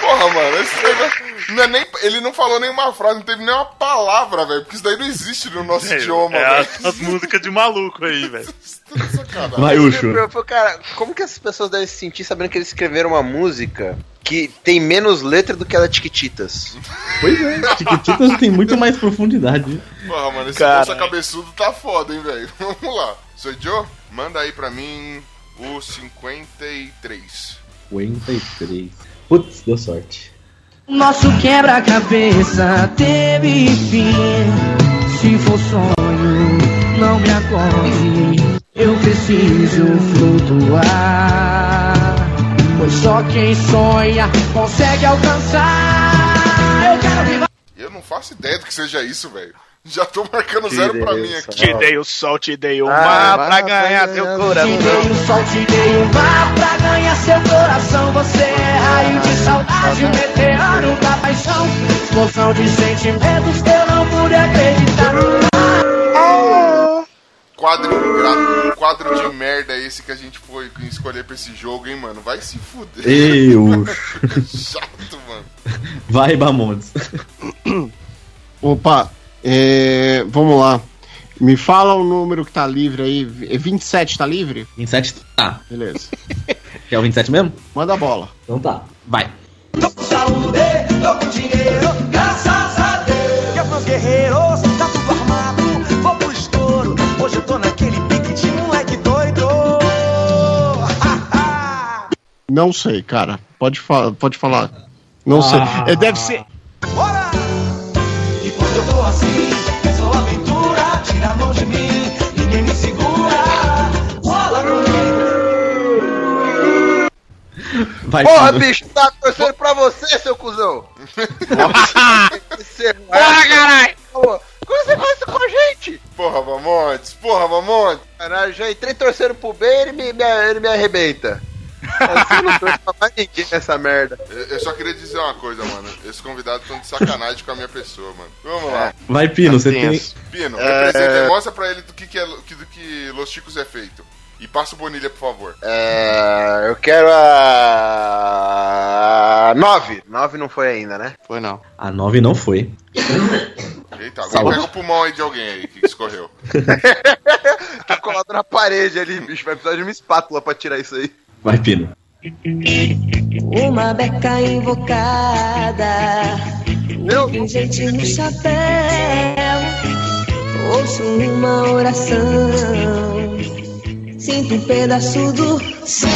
S1: Porra, mano, esse negócio. Não é nem, ele não falou nenhuma frase, não teve nenhuma palavra, velho. Porque isso daí não existe no nosso
S6: É,
S1: idioma,
S6: é
S1: velho.
S6: as, as músicas de maluco aí, velho.
S1: é
S4: Vai, Ucho.
S10: Eu, falei, cara, como que essas pessoas devem se sentir sabendo que eles escreveram uma música que tem menos letra do que a da Tiquititas?
S4: Pois é, Tiquititas tem muito mais profundidade.
S1: Porra, mano, esse
S4: Caralho.
S1: moça cabeçudo tá foda, hein, velho. Vamos lá. Seu Joe, manda aí pra mim o 53.
S4: 53. Putz, deu sorte.
S22: O nosso quebra-cabeça teve fim. Se for sonho, não me acorde. Eu preciso flutuar. Pois só quem sonha consegue alcançar. Eu quero viver.
S1: Eu não faço ideia do que seja isso, velho. Já tô marcando zero pra mim aqui.
S23: Te dei o sol, te dei o
S1: Ah,
S23: mar
S1: mas
S23: pra ganhar seu coração.
S13: Te dei
S22: um,
S13: o sol, te dei o mar pra ganhar seu coração. Você é raio de saudade, meteoro da paixão. Explosão de sentimentos que eu não pude acreditar.
S1: Quadro, gra- quadro de merda é esse que a gente foi escolher pra esse jogo, hein, mano. Vai se fuder.
S4: Ei, Ucho.
S1: Chato, mano.
S4: Vai, Bamondes.
S9: Opa, é, vamos lá. Me fala o número que tá livre aí. É 27 tá livre?
S4: 27 tá.
S9: Beleza.
S4: Quer o 27 mesmo?
S9: Manda a bola.
S4: Então tá. Vai.
S13: Saúde, tô com dinheiro, graças a Deus. Eu pros é guerreiros, tá tudo armado, vou pro estouro. Hoje eu tô naquele pique de moleque doido.
S9: Não sei, cara. Pode, fa pode falar. Não
S13: Ah.
S9: sei. É, deve ser.
S13: Bora! E quando eu vou assim, sou aventura, tira a mão de mim, ninguém me segura. Rola comigo.
S4: Vai,
S10: Porra,
S4: Fábio.
S10: bicho, tá torcendo pra você, seu cuzão! Você
S13: Porra,
S10: caralho! Como você faz isso com a gente?
S1: Porra, Mamontes, porra, Mamontes!
S10: Caralho, já entrei torcendo pro B e ele me, me, ele me arrebenta. Assim eu não torço pra mais ninguém nessa merda.
S1: Eu eu só queria dizer uma coisa, mano. Esses convidados estão de sacanagem com a minha pessoa, mano. Vamos lá.
S4: Vai, Pino, você
S10: Assim,
S4: tem.
S1: Pino,
S4: É.
S1: representa, mostra pra ele do que, que é, do que- do que Los Chicos é feito. E passa o Bonilha, por favor.
S10: É, eu quero a. 9. 9 não foi ainda, né?
S9: Foi não.
S4: A 9 Ah, não foi.
S1: Eita, agora
S10: Salve.
S1: pega o pulmão aí de alguém aí que escorreu.
S10: Tá colado na parede ali, bicho. Vai precisar de uma espátula pra tirar isso aí.
S4: Vai, Pino.
S24: Uma beca invocada, um pingente no chapéu. Ouço uma oração, sinto um pedaço do céu.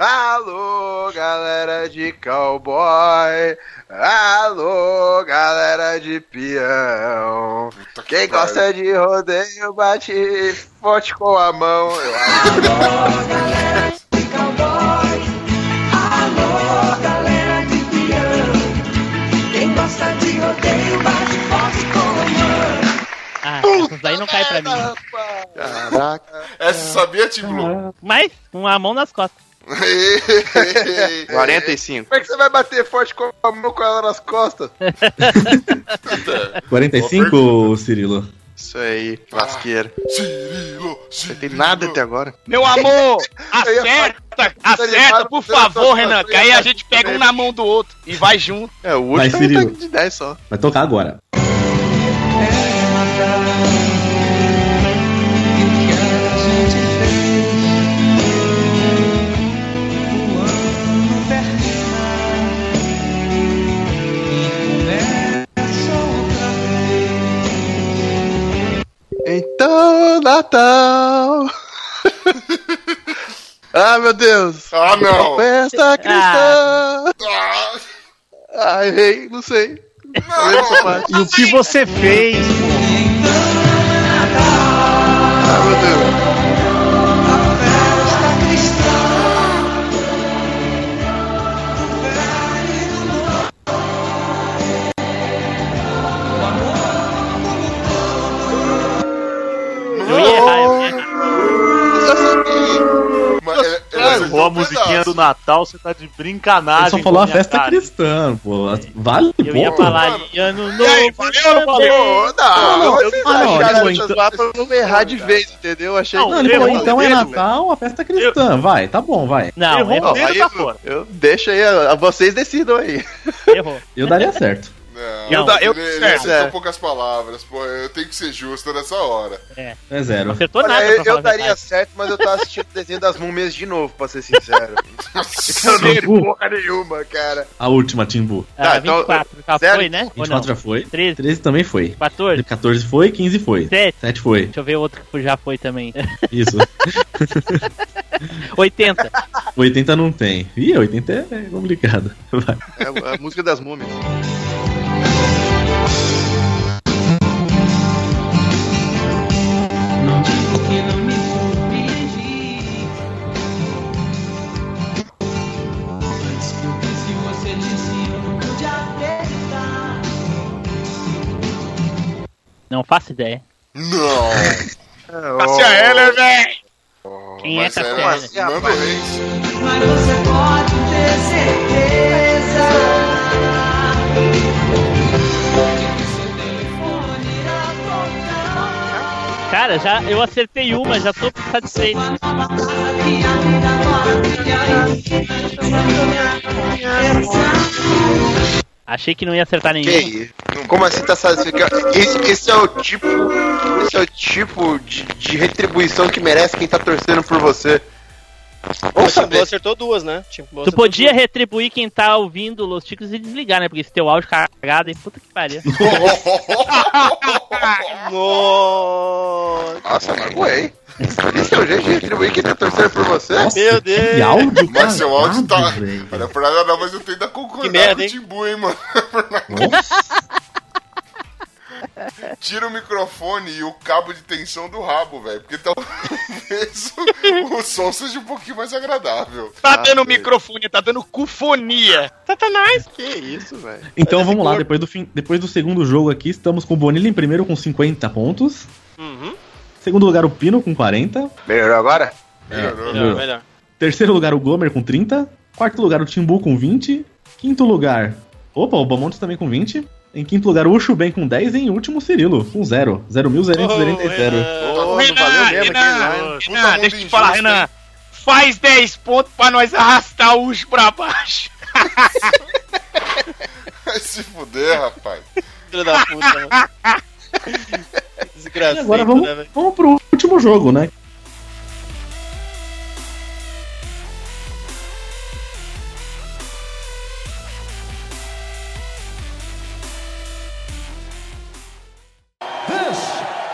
S10: Alô, galera de cowboy. Alô, galera de peão. Quem
S13: pariu.
S10: gosta de rodeio, bate forte com a mão. Eu
S13: Alô, galera de peão. Quem gosta de rodeio, bate forte com
S3: Ah, essas daí não cai pra mim.
S1: Caraca. Essa sabia, Tim Blue?
S3: Mas, uma mão nas costas.
S10: 45. Como é que você vai bater forte com a mão com ela nas costas?
S4: 45, Cirilo?
S10: Isso aí, lasqueira. Não tem nada até agora.
S6: Meu amor, acerta, acerta, por favor, Renan, que aí a gente pega um na mão do outro e vai junto.
S10: É, o
S4: Mas,
S10: último
S4: Cirilo.
S10: tá de 10 só.
S4: Vai tocar agora.
S3: um
S14: Então, Natal. ah, meu Deus.
S1: Ah, não.
S14: Festa
S4: Ah,
S14: cristã. Ah, errei, não sei.
S25: E o que você fez?
S14: Ah,
S3: Eu ia errar, eu ia errar.
S14: Tá
S26: Ou a musiquinha do Natal, você tá de brincanagem.
S4: Ele só falou
S26: com
S4: a
S26: minha
S4: festa é
S26: cara. É.
S4: cristã, pô. Vale,
S26: Eu ia
S4: pô.
S26: falar
S3: ali, ano novo.
S6: valeu ou não valeu?
S10: Não, não,
S4: eu-
S10: vocês
S4: ah, não,
S10: acharam
S4: não,
S10: essas
S4: então-
S10: lá pra eu não errar de vez, entendeu? Achei
S4: Não, ele falou, então é Natal, a festa cristã. Vai, tá bom, vai.
S10: Não, aí
S4: tá
S10: eu- eu- Deixa aí, ó, vocês decidam aí.
S3: Errou.
S4: Eu daria certo.
S1: Não,
S4: Eu da- eu-
S1: ele,
S4: é,
S1: ele
S4: é.
S1: com poucas palavras, pô, eu tenho que ser justo nessa hora.
S3: É.
S4: É zero.
S3: Acertou
S10: Olha,
S3: nada.
S10: eu,
S3: pra falar
S10: eu
S3: a
S10: daria
S3: verdade.
S10: tá certo, mas eu tava assistindo o desenho das múmias de novo, pra ser sincero. eu não
S4: Sim,
S10: vi
S4: pô.
S10: porra nenhuma, cara. Tá, então,
S4: A última, Timbu.
S3: Ah, 24 já
S10: zero-
S3: foi, né? Ou
S4: 24 já
S3: não?
S4: foi.
S3: 13.
S4: 13 também foi.
S3: 14.
S4: 14 foi, 15 foi.
S3: Sete.
S4: 7 foi.
S3: Deixa eu ver outro que já foi também.
S4: Isso.
S3: 80.
S4: 80 não tem. Ih, 80 é complicado. Vai.
S10: É a música das múmias.
S13: Se você disse, eu não pude apertar.
S3: Não faço ideia.
S1: Não.
S13: Cássia Eller,
S6: velho!
S3: Quem é
S1: Mas era
S3: Cassia Eller?
S1: Nando Reis.
S13: Mas você pode ter certeza de que seu telefone irá tocar.
S3: Cara, já, eu acertei uma, já tô satisfeito.
S13: Que a vida corre, que a vida chama
S3: Achei que não ia acertar nenhum.
S10: Como assim tá satisfeito? Esse, esse é o tipo. Esse é o tipo de, de retribuição que merece quem tá torcendo por você. Ou
S12: Timbu
S10: saber.
S12: acertou duas, né? Timbu
S3: Tu
S12: acertou
S3: podia retribuir quem tá ouvindo Los Ticos e desligar, né? Porque esse teu áudio cagado, hein? Puta que pariu.
S10: Nossa, magoei. Esse é o jeito de retribuir quem tá torcendo por você.
S1: Meu
S12: Deus.
S1: que
S4: áudio,
S1: Mas seu áudio tá. Olha pra nada, não, mas eu tenho que concordar
S12: merda,
S1: com o
S12: hein?
S1: Timbu, hein, mano. Tira o microfone e o cabo de tensão do rabo, velho. Porque talvez o, o som seja um pouquinho mais agradável.
S10: Ah,
S6: Tá dando microfone, tá dando cufonia. Satanás!
S10: Tá, Que isso, velho.
S4: Então vamos lá, depois do, fim, depois do segundo jogo aqui, estamos com o Bonilha em primeiro com 50 pontos. Segundo lugar, o Pino com 40.
S10: Melhorou agora?
S4: Melhorou. Melhor, melhor. Terceiro lugar, o Glomer com 30. Quarto lugar, o Timbu com 20. Quinto lugar, opa, o Bomontes também com 20. Em quinto lugar, o Chuben com 10. E em último, o Cirilo com 0. 0.000.
S6: Ô,
S4: tá
S6: Renan,
S4: né?
S6: Renan, Renan, deixa eu te falar, Renan. Faz 10 pontos pra nós arrastar o Ucho pra baixo.
S1: Vai se fuder, rapaz.
S12: Filho da
S6: né?
S12: puta. Desgraçado.
S1: é
S4: E agora vamos,
S1: né,
S4: vamos pro último jogo, né?
S17: This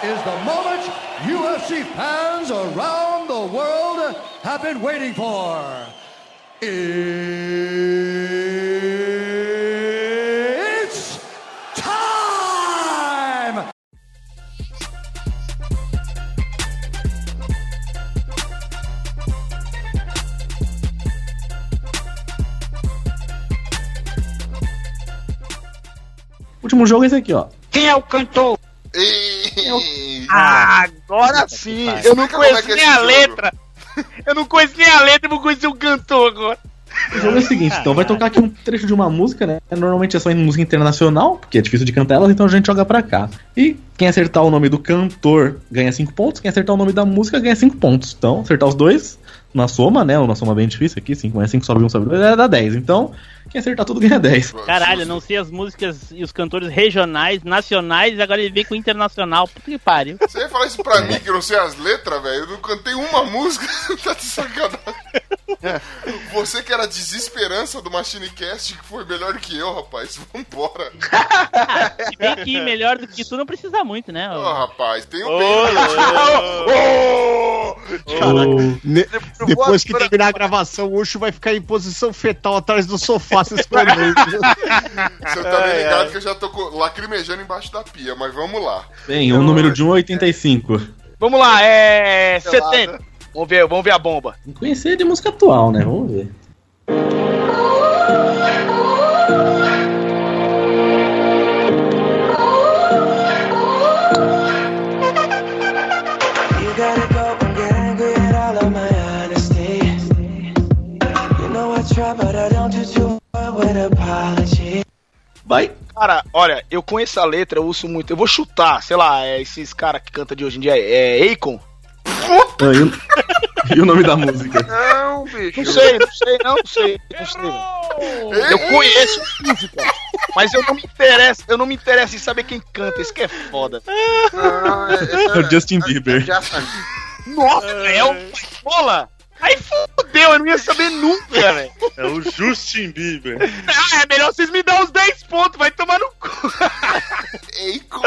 S17: is the moment UFC fans around the world have been waiting for.
S13: It's time!
S4: Último jogo é esse aqui, ó.
S6: Quem é o cantor? Ah, agora sim!
S4: Vai.
S6: Eu não
S4: Explica como é
S6: conheço
S4: que é
S6: nem
S4: esse
S6: a
S4: jogo.
S6: letra! Eu não conheço nem a letra, eu vou conhecer o cantor agora!
S4: O jogo é o seguinte, então vai tocar aqui um trecho de uma música, né? Normalmente é só em música internacional, porque é difícil de cantar elas, então a gente joga pra cá. E quem acertar o nome do cantor ganha 5 pontos, quem acertar o nome da música ganha 5 pontos. Então, acertar os dois na soma, né? Uma soma bem difícil aqui, 5 mais 5 sobe 1, sobe 2, dá 10. Então, quem acertar tudo ganha 10.
S3: Caralho, não sei as músicas e os cantores regionais, nacionais, e agora ele vem com internacional. Puta que pariu.
S1: Você ia falar isso pra mim, que eu não sei as letras, velho? Eu não cantei uma música, tá de sacanagem. Você que era a desesperança do Machine Cast, que foi melhor que eu, rapaz. Vambora.
S3: Se bem que melhor do que isso não precisa muito, né?
S1: Ô, rapaz, tem um
S3: o
S9: Ne- Depois que terminar a gravação, o Ucho vai ficar em posição fetal atrás do sofá se escondendo.
S27: é
S1: Você tá bem
S9: Ai,
S1: ligado
S9: ai.
S1: que eu já tô co- lacrimejando embaixo da pia, mas vamos lá.
S4: Bem, o número de 1 é 85.
S6: Vamos lá, é.
S1: Sei lá,
S27: né?
S6: setembro. Vamos ver, vamos ver a bomba.
S4: Conhecer de música atual, né? Vamos ver.
S13: You gotta go and get angry at all of my honesty. You know I try, but I don't do too well with apology.
S4: Vai.
S6: Cara, olha, eu conheço a letra, eu ouço muito. Eu vou chutar, sei lá, é esses caras que canta de hoje em dia é é Akon?
S4: Ah, e, o... e o nome da música?
S6: Não, bicho. Não sei, não sei, não sei, não sei. Eu conheço música, mas eu não me interesso, eu não me interesso em saber quem canta, isso que é foda. Ah,
S4: É o Justin Bieber.
S6: Nossa, é o Bola! Aí fodeu, eu não ia saber nunca, velho.
S20: É o Justin Bieber.
S6: Ah, é melhor vocês me dar uns 10 pontos, vai tomar no cu.
S1: Eico.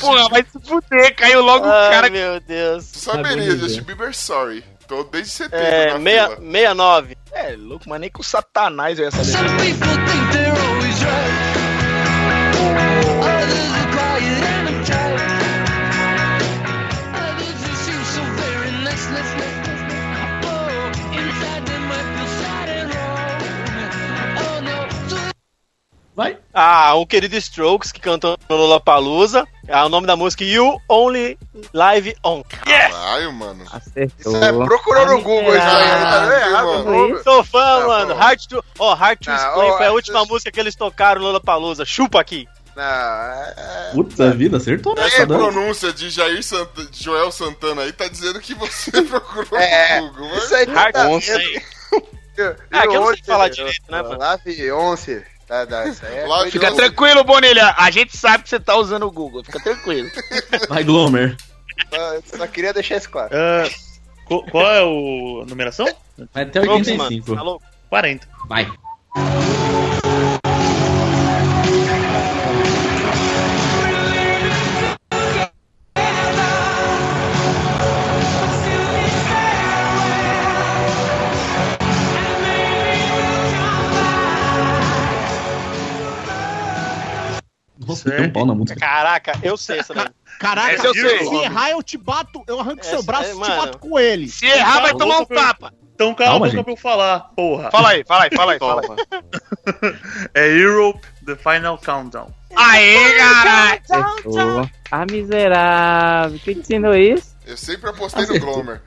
S6: Porra, vai se fuder, caiu logo o
S27: Ai,
S6: cara.
S27: meu Deus.
S1: Tu saberia, Justin Bieber, sorry. Tô desde setembro
S27: É,
S1: na
S27: meia-
S1: fila.
S27: 69.
S6: É, louco, mas nem com o satanás eu ia saber.
S13: Oh, Oh,
S4: Vai.
S27: Ah, o querido Strokes que cantou no Lollapalooza. Ah, o nome da música You Only Live On.
S1: Caralho, mano.
S27: Acertou.
S14: Isso é, procurou no Google isso aí, tá
S13: É
S14: vendo? Errado, mano.
S27: Sou fã, mano. Hard to... Ó, Hard to
S14: Ah,
S27: Explain
S14: ó,
S27: foi a última música que eles tocaram no Lollapalooza. Chupa aqui.
S1: Ah,
S4: Puta vida, acertou
S1: Essa
S4: nessa, Dan.
S1: pronúncia de Jair Santa- de Joel Santana aí tá dizendo que você procurou
S14: É,
S1: no Google.
S14: isso aí tá
S1: Hard
S14: dentro.
S1: Onsen.
S27: Ah, que eu não sei falar
S14: direito, né, mano? Lave 11. Tá, tá, isso aí é coisa
S6: Fica
S14: de-
S6: tranquilo, Bonilha. A gente sabe que você tá usando o Google. Fica tranquilo.
S4: Vai, Glomer.
S14: Ah, eu Só queria deixar isso claro.
S20: Ah, co- qual é o a numeração?
S4: Vai até 85.
S20: 40.
S4: Vai. Nossa, tem um pau na música.
S27: Caraca, eu sei essa daí.
S9: Caraca,
S27: Essa eu sei.
S9: se errar, eu te bato, eu arranco
S27: Essa
S9: seu braço
S27: é,
S9: e te
S27: mano.
S9: bato com ele.
S27: Se errar, vai tomar um
S20: tapa. Então cala
S27: Calma,
S20: a boca
S27: gente.
S20: pra eu falar, porra.
S27: Fala aí, fala aí, fala aí, fala aí.
S20: É Europe The Final Countdown.
S6: Aê, caralho!
S18: Ah, miserável. Quem te ensinou isso?
S1: Eu sempre apostei no Glomer.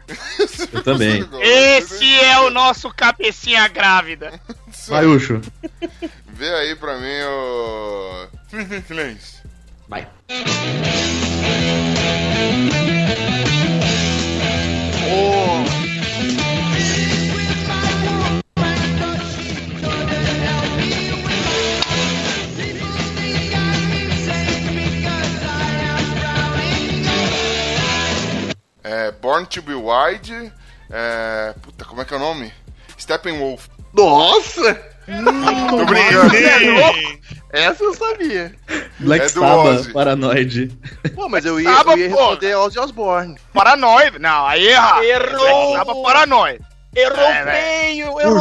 S4: Eu também.
S6: Esse é o nosso cabecinha grávida.
S4: Vai, Ucho.
S1: Vê aí pra mim o. Silêncio.
S4: Vai.
S1: É, Born to Be Wild. É. Puta, como é que é o nome? Steppenwolf.
S14: Nossa!
S10: Hum,
S1: Tô brincando.
S14: Essa eu sabia.
S4: Black
S1: É do
S4: Sabbath,
S1: Ozzy.
S4: Paranoid.
S14: Pô, mas eu ia,
S6: Saba,
S14: eu ia
S6: pô.
S14: responder Ozzy Osbourne.
S6: Paranoia. Não, aí erra. Errou. Paranoia.
S27: É,
S6: Europeio,
S9: Eu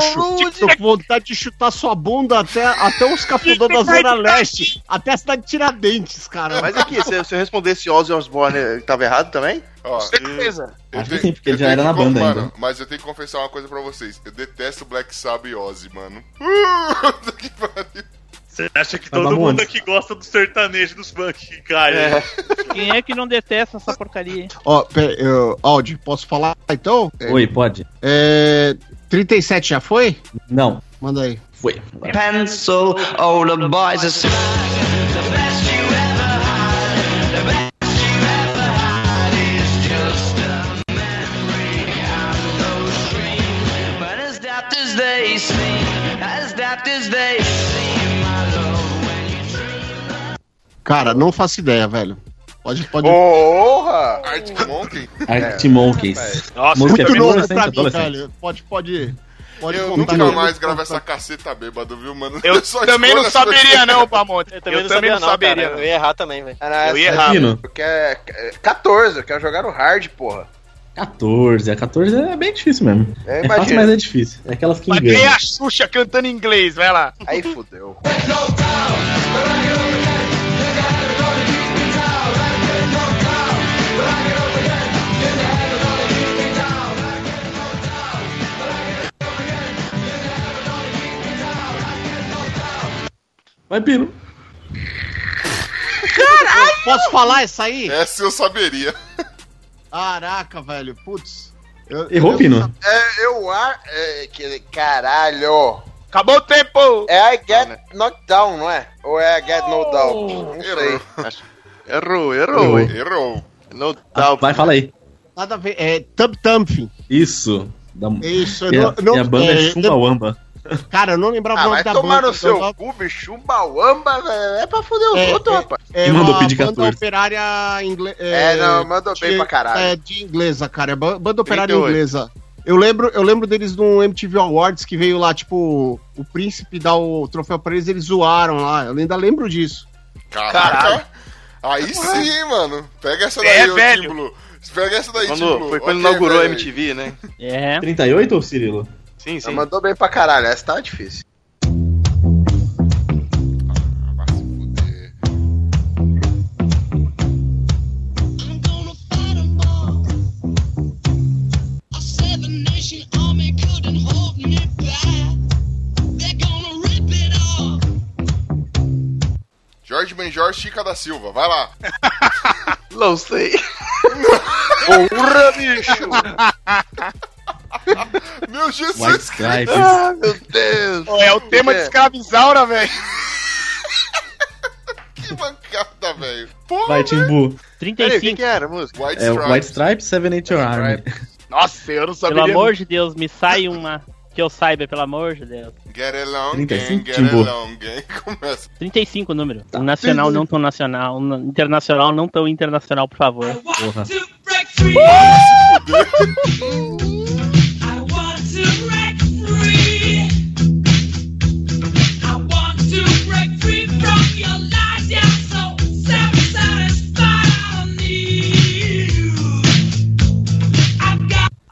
S9: Tô com vontade de chutar sua bunda até, até os cafundão da Zona Leste. Até a cidade de Tiradentes, cara.
S10: Mas aqui, se, eu- se eu respondesse Ozzy Osbourne, ele tava errado também?
S1: Ó,
S10: certeza.
S1: eu
S4: Hum. Acho que
S1: tenho-
S4: sim, porque
S1: eu
S4: ele já
S1: tenho que
S4: era na
S1: con-
S4: banda
S1: mano,
S4: ainda.
S1: Mas eu tenho que confessar uma coisa pra vocês. Eu detesto Black Sabbath e Ozzy, mano.
S28: Você acha
S9: Tá
S28: que
S1: Mas
S28: todo
S1: vamos
S28: mundo
S1: onde?
S28: aqui gosta do sertanejo dos funk, cara?
S1: né?
S3: É. Quem é que não detesta essa porcaria?
S9: Ó, pera, eu, Aldi, posso falar então?
S4: Oi, pode.
S9: É, 37 já foi?
S4: Não.
S9: Manda aí.
S4: Foi.
S29: Pencil, all the boys is...
S13: As apt as they seem, as apt as they seem, my love.
S9: Cara, não faço ideia, velho. Pode, pode.
S10: Porra!
S1: Arctic Monkey?
S14: É,
S4: Arctic Monkeys.
S9: Nossa,
S4: Música
S9: muito novo
S4: adolescente,
S9: pra mim,
S4: adolescente.
S9: velho. Pode, pode. Pode
S1: Eu
S9: contar.
S1: nunca
S9: aí.
S1: mais gravo essa caceta bêbado, viu, mano?
S6: Eu também não saberia não,
S1: Pamonte.
S6: Eu também não sabia, não, cara. Eu ia errar também, velho. Eu ia errar.
S4: Imagino.
S10: Porque é é 14, eu quero jogar no hard, porra.
S4: 14. A 14 é bem difícil mesmo.
S10: É,
S4: É, fácil,
S10: imagina.
S4: mas é difícil. É aquelas que
S6: Cadê
S4: enganam.
S6: a Xuxa cantando em inglês? Vai lá.
S10: Aí fudeu.
S4: Vai, Pino.
S9: Caralho! Posso falar essa aí?
S1: Essa eu saberia.
S9: Caraca, velho. Putz. Eu-
S4: Errou,
S9: eu-
S4: Pino?
S10: É, eu ar. É, que, caralho! Acabou o tempo! É I get knocked down, não é? Ou é I
S9: Oh!
S10: get no down? Não sei. Errou, errou.
S1: Errou.
S10: No
S4: Ah, vai, fala aí.
S9: Nada a ver. É Tub Thumping.
S4: Isso. Da...
S9: Isso, eu
S4: e, a,
S9: não- não-
S4: e a banda
S9: é,
S4: é Chumbawamba.
S9: Cara, eu não lembrava
S10: Ah,
S9: o nome
S10: vai
S9: da
S10: tomar
S9: banda.
S10: no seu
S9: eu-
S10: cu, bicho. Chumbawamba, velho, é pra foder os
S9: então É,
S10: outros, rapaz.
S9: É
S4: E mandou
S9: uma
S4: pedir
S9: banda
S4: 14.
S9: operária inglesa.
S10: É, não, mandou bem pra caralho.
S9: É, de inglesa, cara. É ba- banda operária
S10: 38.
S9: inglesa. Eu lembro, eu lembro deles no MTV Awards que veio lá, tipo, o príncipe dar o troféu pra eles, eles zoaram lá. Eu ainda lembro disso.
S1: Caraca. Aí sim, mano. Pega essa daí,
S9: É,
S1: ô,
S9: velho.
S1: Tíbulo. Pega essa daí,
S10: Quando-
S1: Tíbulo.
S10: foi quando
S1: Ok,
S10: inaugurou
S1: velho.
S10: a MTV, né?
S3: É.
S4: 38 ou Cirilo?
S6: Sim,
S10: sim. Mandou bem pra caralho, essa tava difícil.
S1: Jorge Benjor, Chica da Silva. Vai lá.
S10: Não sei. Porra, bicho!
S1: Meu Jesus
S6: White
S1: Cristo.
S6: Stripes.
S1: Ah,
S10: meu Deus.
S6: é o tema de escravizaura, velho.
S1: Que bancada, velho. Porra,
S4: Vai, Timbu.
S10: Peraí, o que, que era a música?
S1: White
S4: É White Stripes, Seven Eight Your Army.
S6: Nossa, eu não
S3: Pelo amor de Deus, me sai uma que eu saiba, pelo amor de Deus.
S1: Get along, gang,
S3: 35,
S1: get
S3: Timbu.
S1: along, gang. Começa. Tá.
S3: 35 o número. Um nacional não tão nacional, um internacional não tão internacional, por favor.
S4: Porra.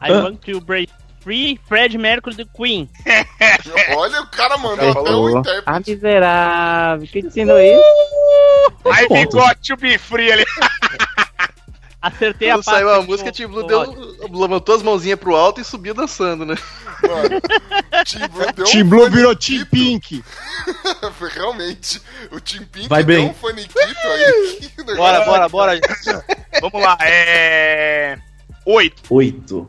S3: I want to break free, Fred Mercury do Queen.
S1: Olha, o cara mandou até
S3: é
S1: o
S3: um
S18: Falou.
S1: intérprete.
S18: Ah, miserável. Quem te ensinou isso?
S6: Aí
S18: ponto.
S6: ficou a to be free ali.
S3: Acertei
S10: Quando saiu a música, Tim Blue deu, levantou as mãozinhas pro alto e subiu dançando, né?
S1: Tim Blue deu um
S9: Team Blue virou Team Pink.
S1: Foi Realmente, o Tim Pink
S9: Vai
S1: deu
S9: bem.
S1: um faniquito aí. que negócio.
S6: Bora, bora, bora. gente. Vamos lá, é. Oito.
S4: 8.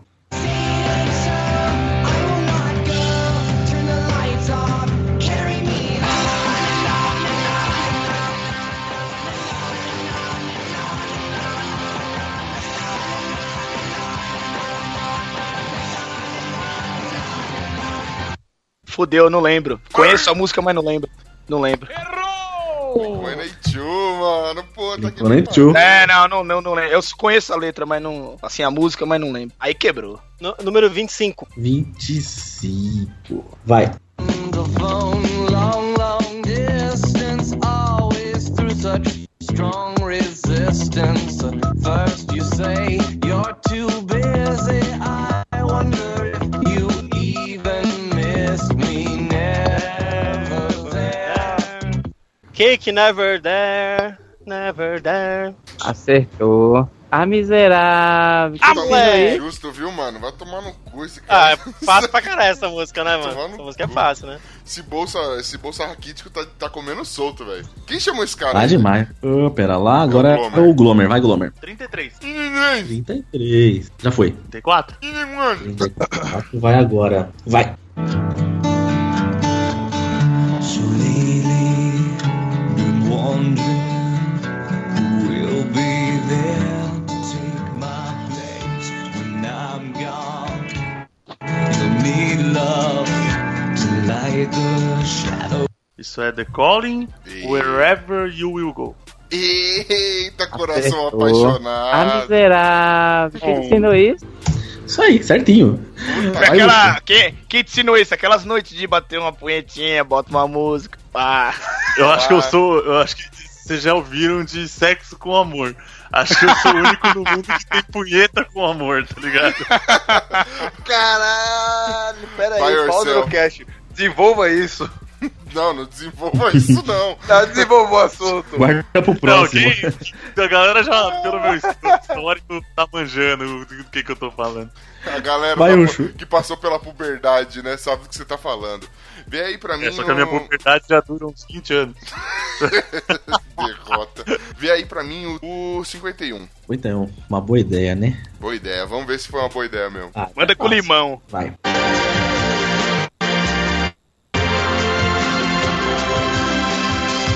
S6: Fudeu, eu não lembro. Conheço a música, mas não lembro. Não lembro.
S1: Tchu, mano, pô, tá
S10: Ah,
S1: aqui.
S4: Falei, tio.
S6: É, não, não, não, não lembro. Eu conheço a letra, mas não. Assim, a música, mas não lembro. Aí quebrou. número 25.
S4: 25. Vai.
S29: Long, long distance, always through such strong resistance. First you say you're too busy. I wonder if you
S12: Cake never there, never there.
S18: Acertou. A miserável.
S12: Ah,
S18: que sino
S12: moleque!
S18: aí?
S1: Justo, viu, mano? Vai tomar no cu esse
S12: Ah,
S1: cara.
S12: é fácil pra caralho essa música, né, mano?
S1: Tomar no
S12: Essa música é
S1: cu.
S12: fácil, né?
S1: Esse bolsa, esse bolsa raquítico tá, tá comendo solto, velho. Quem chamou esse cara?
S4: Tá demais. Ô, pera lá, agora é o Glomer, vai Glomer.
S1: 33.
S4: 33. Já foi.
S1: 34. mano.
S4: Vai agora. Vai.
S13: So lately, been wondering who will be there to take my place when I'm gone. You'll need love to light the shadow.
S6: Isso é The Calling, Wherever You Will Go.
S1: Eita, coração
S18: Acertou. A
S1: apaixonado.
S18: Ah, miserável. Quem te ensinou isso?
S4: Isso aí, certinho.
S14: É aquela. Quem, quem te ensinou isso? Aquelas noites de bater uma punhetinha, bota uma música. Pá.
S6: Eu acho que eu
S14: Pá.
S6: sou. Eu acho que vocês já ouviram de sexo com amor. Acho que eu sou o único no mundo que tem punheta com amor, tá ligado?
S10: Caralho, pera
S6: By
S10: aí, pausa
S6: yourself.
S10: no cast. Desenvolva é isso.
S1: Não, não desenvolva isso, não.
S10: Tá, desenvolva o assunto.
S4: Guarda pro próximo.
S6: Não, quem- quem- a galera já, pelo meu histórico, tá manjando do que, que eu tô falando.
S1: A galera
S6: Vai,
S1: da-
S6: Ucho.
S1: que passou pela puberdade, né? Sabe do que você tá falando. Vem aí pra mim.
S6: É, só que a minha
S1: um-
S6: puberdade já dura uns 20 anos.
S1: Derrota. Vê aí pra mim o, o 51.
S4: Então, uma boa ideia, né?
S1: Boa ideia. Vamos ver se foi uma boa ideia mesmo.
S14: Manda com limão.
S4: Vai.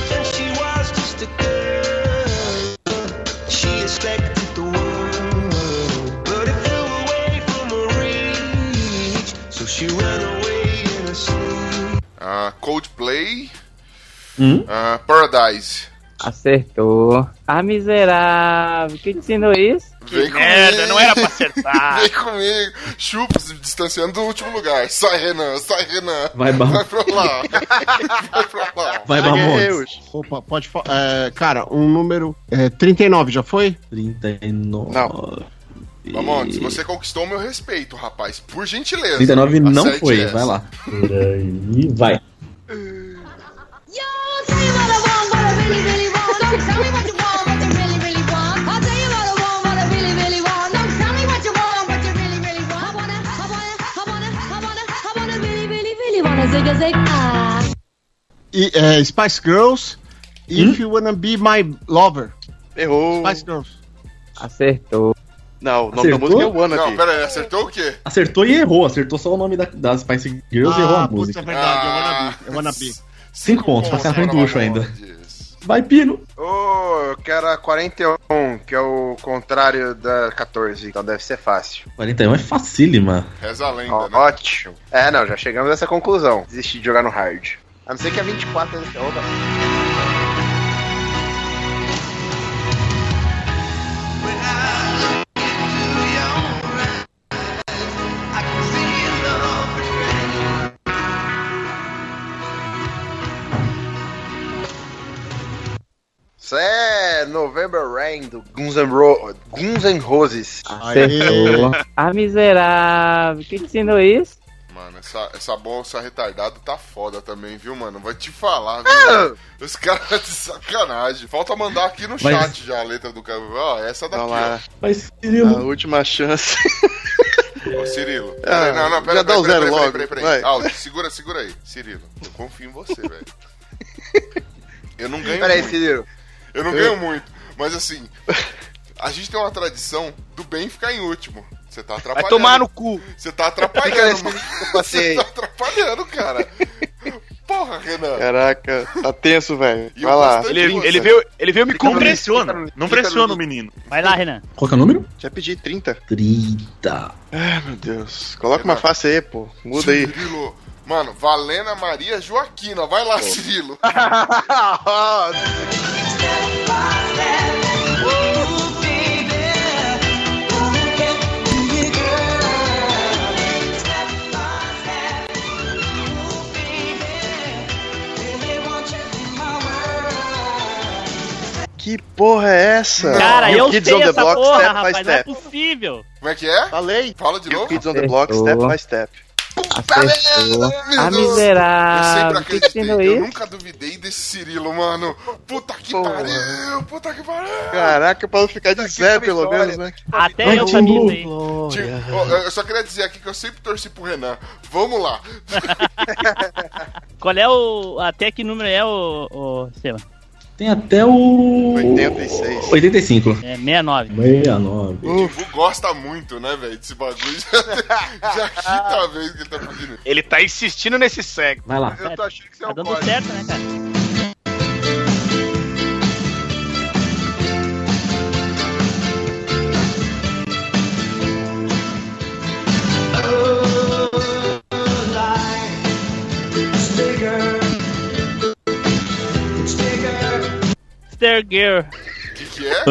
S13: Then she was just a girl. She expected the world, but it flew away from her reach. So she ran away in a sleep.
S1: Ah, Coldplay.
S18: Hum?
S1: Ah, Paradise.
S18: Acertou. A miserável. Quem te ensinou isso?
S1: Vem comigo.
S18: merda, não era pra
S1: acertar. Vem comigo. Chupa, se distanciando do último lugar. Sai, Renan. Sai, Renan.
S4: Vai, Bam-
S1: Vai pra lá. Vai pra lá.
S4: Vai, Bamontes.
S9: Opa, pode falar. cara, um número. É, 39 já foi?
S4: 39.
S1: Não. Mamontes, você conquistou o meu respeito, rapaz. Por gentileza.
S4: 39 não
S1: Acerte
S4: foi,
S1: essa.
S4: vai lá. Peraí, vai.
S9: E, é, Spice Girls. If you wanna be my lover.
S10: Errou.
S9: Spice Girls.
S18: Acertou.
S10: Não, o
S4: nome da Acertou? música é Wannabe.
S1: Não, pera aí, acertou o quê?
S4: Acertou e errou, acertou só o nome da, das Spice Girls e errou a música.
S9: verdade,
S1: ah,
S9: é Wannabe.
S4: 5 pontos, pra ficar com o ducho ainda. Vai, Pino.
S10: Ô, eu quero a 41, que é o contrário da 14, então deve ser fácil.
S4: 41 é facílima.
S1: Reza a lenda, né?
S10: Ó, Ótimo. É, não, já chegamos a essa conclusão. Desistir de jogar no hard. A não ser que a 24 ainda seja outra. Isso é November Rain do Guns N' Ro- Guns N' Roses.
S18: Acertou. A miserável. Quem te ensinou isso?
S1: Mano, essa, essa bolsa retardada tá foda também, viu, mano? Vai te falar, viu? mano? Os caras de sacanagem. Falta mandar aqui no
S4: Mas-
S1: chat já a letra do cara. Ó, essa daqui, ó.
S4: Mas, Cirilo.
S14: A última chance.
S1: Ô, Cirilo.
S14: Ah,
S1: não, não, pera,
S14: já
S1: pera,
S14: dá o
S1: pera,
S14: zero
S1: pera,
S14: logo,
S1: pera, pera,
S14: vai.
S1: pera. Aldo, segura, segura aí. Cirilo, eu confio em você, velho. Eu não ganho
S10: Pera aí,
S1: muito.
S10: Cirilo.
S1: Eu não
S10: Eu-
S1: ganho muito, mas assim, a gente tem uma tradição do bem ficar em último. Você tá atrapalhando.
S14: Vai tomar no cu.
S1: Você tá atrapalhando, mano. Você tá atrapalhando, cara. Porra, Renan.
S14: Caraca, tá tenso, velho.
S1: E Vai o lá. bastante
S14: Ele,
S1: moça.
S14: ele veio, ele veio me
S6: Não
S14: cumprir.
S6: pressiona, não pressiona o menino.
S3: Vai lá, Renan.
S4: Qual que é o número?
S14: Já pedi 30.
S4: 30.
S14: Ai, meu Deus. Coloca
S1: Tá.
S14: uma face aí, pô. Muda aí.
S1: Cirilo. Mano, Valena Maria Joaquina. Vai lá, Cirilo.
S14: Que porra é essa?
S3: Cara,
S14: New
S3: eu
S14: Kids
S3: sei
S14: on the
S3: essa
S14: Block,
S3: porra,
S14: step by
S3: rapaz. Não é
S14: step.
S3: possível.
S1: Como é que é?
S14: Falei.
S1: Fala de
S14: New
S1: novo.
S14: Kids on the Block, step by step.
S18: Acertou.
S1: Meu
S18: A
S1: Deus, Eu sempre
S18: miserável. Que que
S1: acreditei.
S18: ensinou
S1: Eu
S18: isso?
S1: nunca duvidei desse Cirilo, mano. Puta que pariu, puta que pariu.
S14: Caraca, pra não ficar de zero, pelo menos, né?
S1: Até eu sabia isso aí. Tio,
S14: Glória.
S1: ó, eu só queria dizer aqui que eu sempre torci pro Renan. Vamos lá.
S3: Qual é o. Até que número é o. o Estevam?
S4: Tem até o.
S14: 86.
S4: 85.
S3: É 69.
S4: 69.
S1: O Divu tipo, gosta muito, né, velho, desse bagulho. Já, já quinta vez que ele tá pedindo.
S6: Ele tá insistindo nesse cego.
S4: Vai lá.
S6: Eu tô achando que você é
S3: Tá dando certo, né, cara? Stargirl.
S1: Que que é?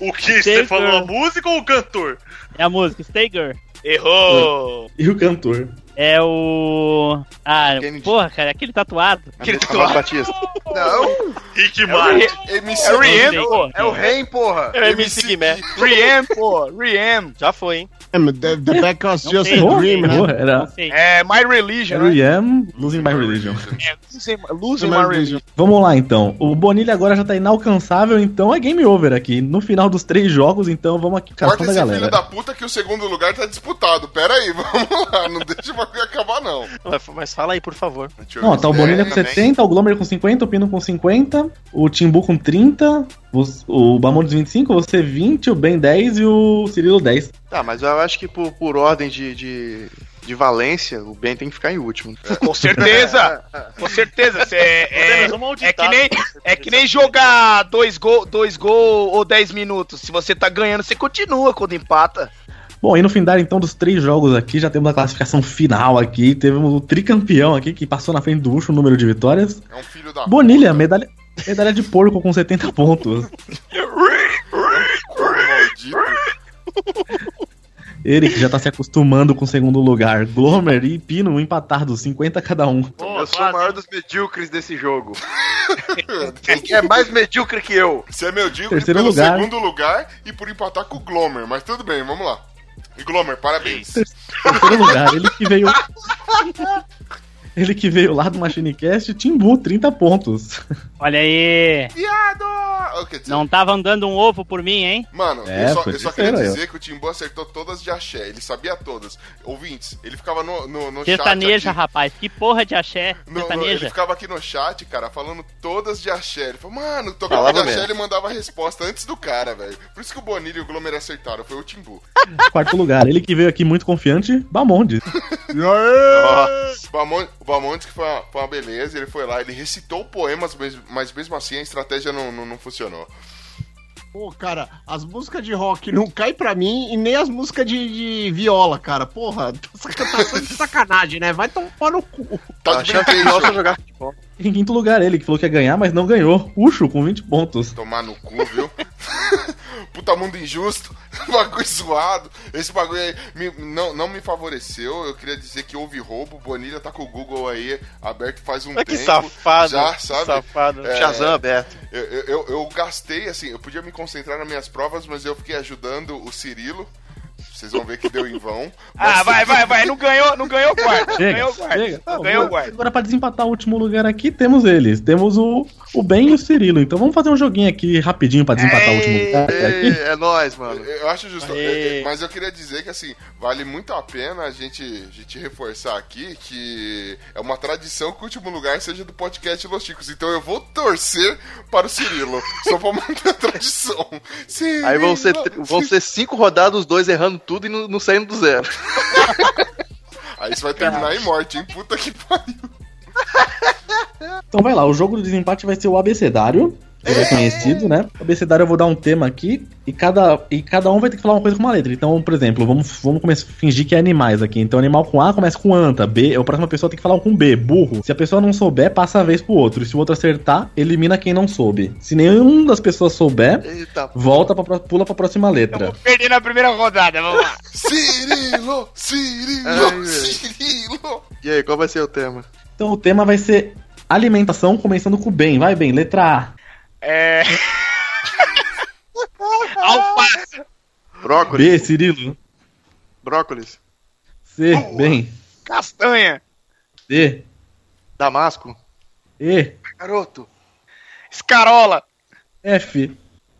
S20: O que? Você falou a música ou o cantor?
S3: É a música, Stay Girl.
S6: Errou!
S4: E o cantor?
S3: É o. Ah, porra, cara, aquele tatuado.
S14: Aquele tatuado. Batista.
S1: Não.
S20: Rick
S14: Martin.
S1: MC
S6: É o Riem,
S3: Não sei,
S6: pô.
S3: quem
S6: É o Rem, porra. É o MC Guimé. Riem, pô. Riem. Já foi, hein?
S9: The, the back was
S6: Não
S9: just
S6: sei,
S9: a
S6: não sei.
S9: dream, né?
S4: Era-
S6: É My Religion,
S4: Here
S6: né?
S4: I am, losing my religion.
S6: Losing- Losing My Religion.
S4: Vamos lá então. O Bonilha agora já tá inalcançável, então é game over aqui. No final dos três jogos, então vamos aqui caçando
S1: Corta
S4: da
S1: esse filho
S4: galera.
S1: da puta que o segundo lugar tá disputado. Pera aí, vamos lá. Não deixa o bagulho acabar, não.
S6: Mas fala aí, por favor.
S4: Não, tá o Bonilha com 70, o Glomer com 50, o Pino com 50, o Timbu com 30, os- o Bamondes 25, você 20, o Ben 10 e o Cirilo 10.
S14: Tá, mas eu acho que por, por ordem de, de, de valência, o Ben tem que ficar em último.
S1: É.
S6: Com certeza! Com certeza. cê é, é, é que nem, é que nem jogar dois gol, dois gol ou 10 minutos. Se você tá ganhando, você continua quando empata.
S4: Bom, e no findar então dos três jogos aqui, já temos a classificação final aqui. Tivemos o tricampeão aqui que passou na frente do Ucho o número de vitórias.
S1: É um filho
S13: Ah.
S1: da
S4: Bonilha, medalha, medalha de porco com 70 pontos. Ele que já tá se acostumando com o segundo lugar. Glomer e Pino um empatados, 50 cada um.
S14: eu sou o maior dos medíocres desse jogo. Quem é mais medíocre que eu?
S1: Você é medíocre
S4: Terceiro
S1: pelo
S4: lugar.
S1: segundo lugar e por empatar com o Glomer. Mas tudo bem, vamos lá. E Glomer, parabéns.
S4: Terceiro lugar, ele que veio. Ele que veio lá do Machinecast, Timbu, 30 pontos.
S3: Olha aí. Não tava andando um ovo por mim, hein?
S1: Mano,
S4: É,
S1: eu só,
S4: foi
S1: eu só queria
S4: terceiro,
S1: dizer que o Timbu acertou todas de axé. Ele sabia todas. Ouvintes, ele ficava no, no, no chat.
S3: Sertaneja,
S1: aqui-
S3: rapaz. Que porra de axé.
S1: no- no- ele
S3: Sertaneja.
S1: ficava aqui no chat, cara, falando todas de axé. Ele falou, mano, tocava
S4: Falava
S1: de axé,
S4: mesmo.
S1: ele mandava a resposta antes do cara, velho. Por isso que o Bonilha e o Glomer acertaram, foi o Timbu.
S4: Quarto lugar, ele que veio aqui muito confiante, Bamonde.
S1: O Bamon- O Bamontes que foi uma, foi uma beleza, ele foi lá, ele recitou poemas, mas- mas mesmo assim a estratégia não, não, não funcionou.
S9: Pô, cara, as músicas de rock não caem pra mim e nem as músicas de, de viola, cara. Porra, tá saca- tá só de sacanagem, né? Vai tomar no cu.
S1: Tá
S14: Achando que gosta de jogar futebol.
S4: Em quinto lugar, ele que falou que ia ganhar, mas não ganhou. Ucho com 20 pontos.
S1: Tomar no cu, viu? Puta mundo injusto, bagulho zoado. Esse bagulho aí me- não, não me favoreceu. Eu queria dizer que houve roubo. Bonilha tá com o Google aí aberto faz um
S14: Mas que
S1: tempo.
S14: safado,
S1: Já,
S14: que
S1: sabe? É,
S14: safado. Shazam aberto.
S1: Eu, eu- eu- eu gastei, assim, eu podia me concentrar nas minhas provas, mas eu fiquei ajudando o Cirilo. Vocês vão ver que deu em vão.
S6: Ah, vai, vai, vai. Não ganhou, não ganhou o guarda. Não
S4: Chega,
S6: ganhou o guarda.
S4: chega.
S6: Não ganhou o guarda.
S4: Agora, pra desempatar o último lugar aqui, temos eles. Temos o, o Ben e o Cirilo. Então vamos fazer um joguinho aqui rapidinho pra desempatar o último lugar. né? aqui.
S14: É nóis, mano.
S1: Eu eu acho justo. Eu- eu- Mas eu queria dizer que, assim, vale muito a pena a gente, a gente reforçar aqui que é uma tradição que o último lugar seja do podcast Los Chicos. Então eu vou torcer para o Cirilo. só pra manter a tradição. Cirilo,
S14: Aí vão ser, tr- vão ser cinco rodadas, os dois errando tudo e não, não saindo do zero.
S1: Aí isso vai terminar em morte, hein? Puta que pariu.
S4: Então vai lá, o jogo do desempate vai ser o abecedário. que Já é conhecido, né? O abecedário eu vou dar um tema aqui e cada, e cada um vai ter que falar uma coisa com uma letra. Então, por exemplo, vamos, vamos começar, fingir que é animais aqui. Então, animal com A começa com anta. B, é a próxima pessoa tem que falar um com B, burro. Se a pessoa não souber, passa a vez pro outro. E se o outro acertar, elimina quem não soube. Se nenhum das pessoas souber, volta pra, pró- pula pra próxima letra.
S6: Perdi na primeira rodada, vamos lá.
S1: Cirilo,
S14: Ai,
S1: Cirilo,
S14: velho.
S1: Cirilo.
S14: E aí, qual vai ser o tema?
S4: Então, o tema vai ser alimentação, começando com bem. Vai bem, letra
S6: É. Alface.
S4: A.
S14: Brócolis.
S4: B, Cirilo.
S14: Brócolis.
S4: C, bem.
S6: Castanha.
S4: D.
S14: Damasco.
S4: E.
S14: Garoto.
S6: Escarola.
S4: F.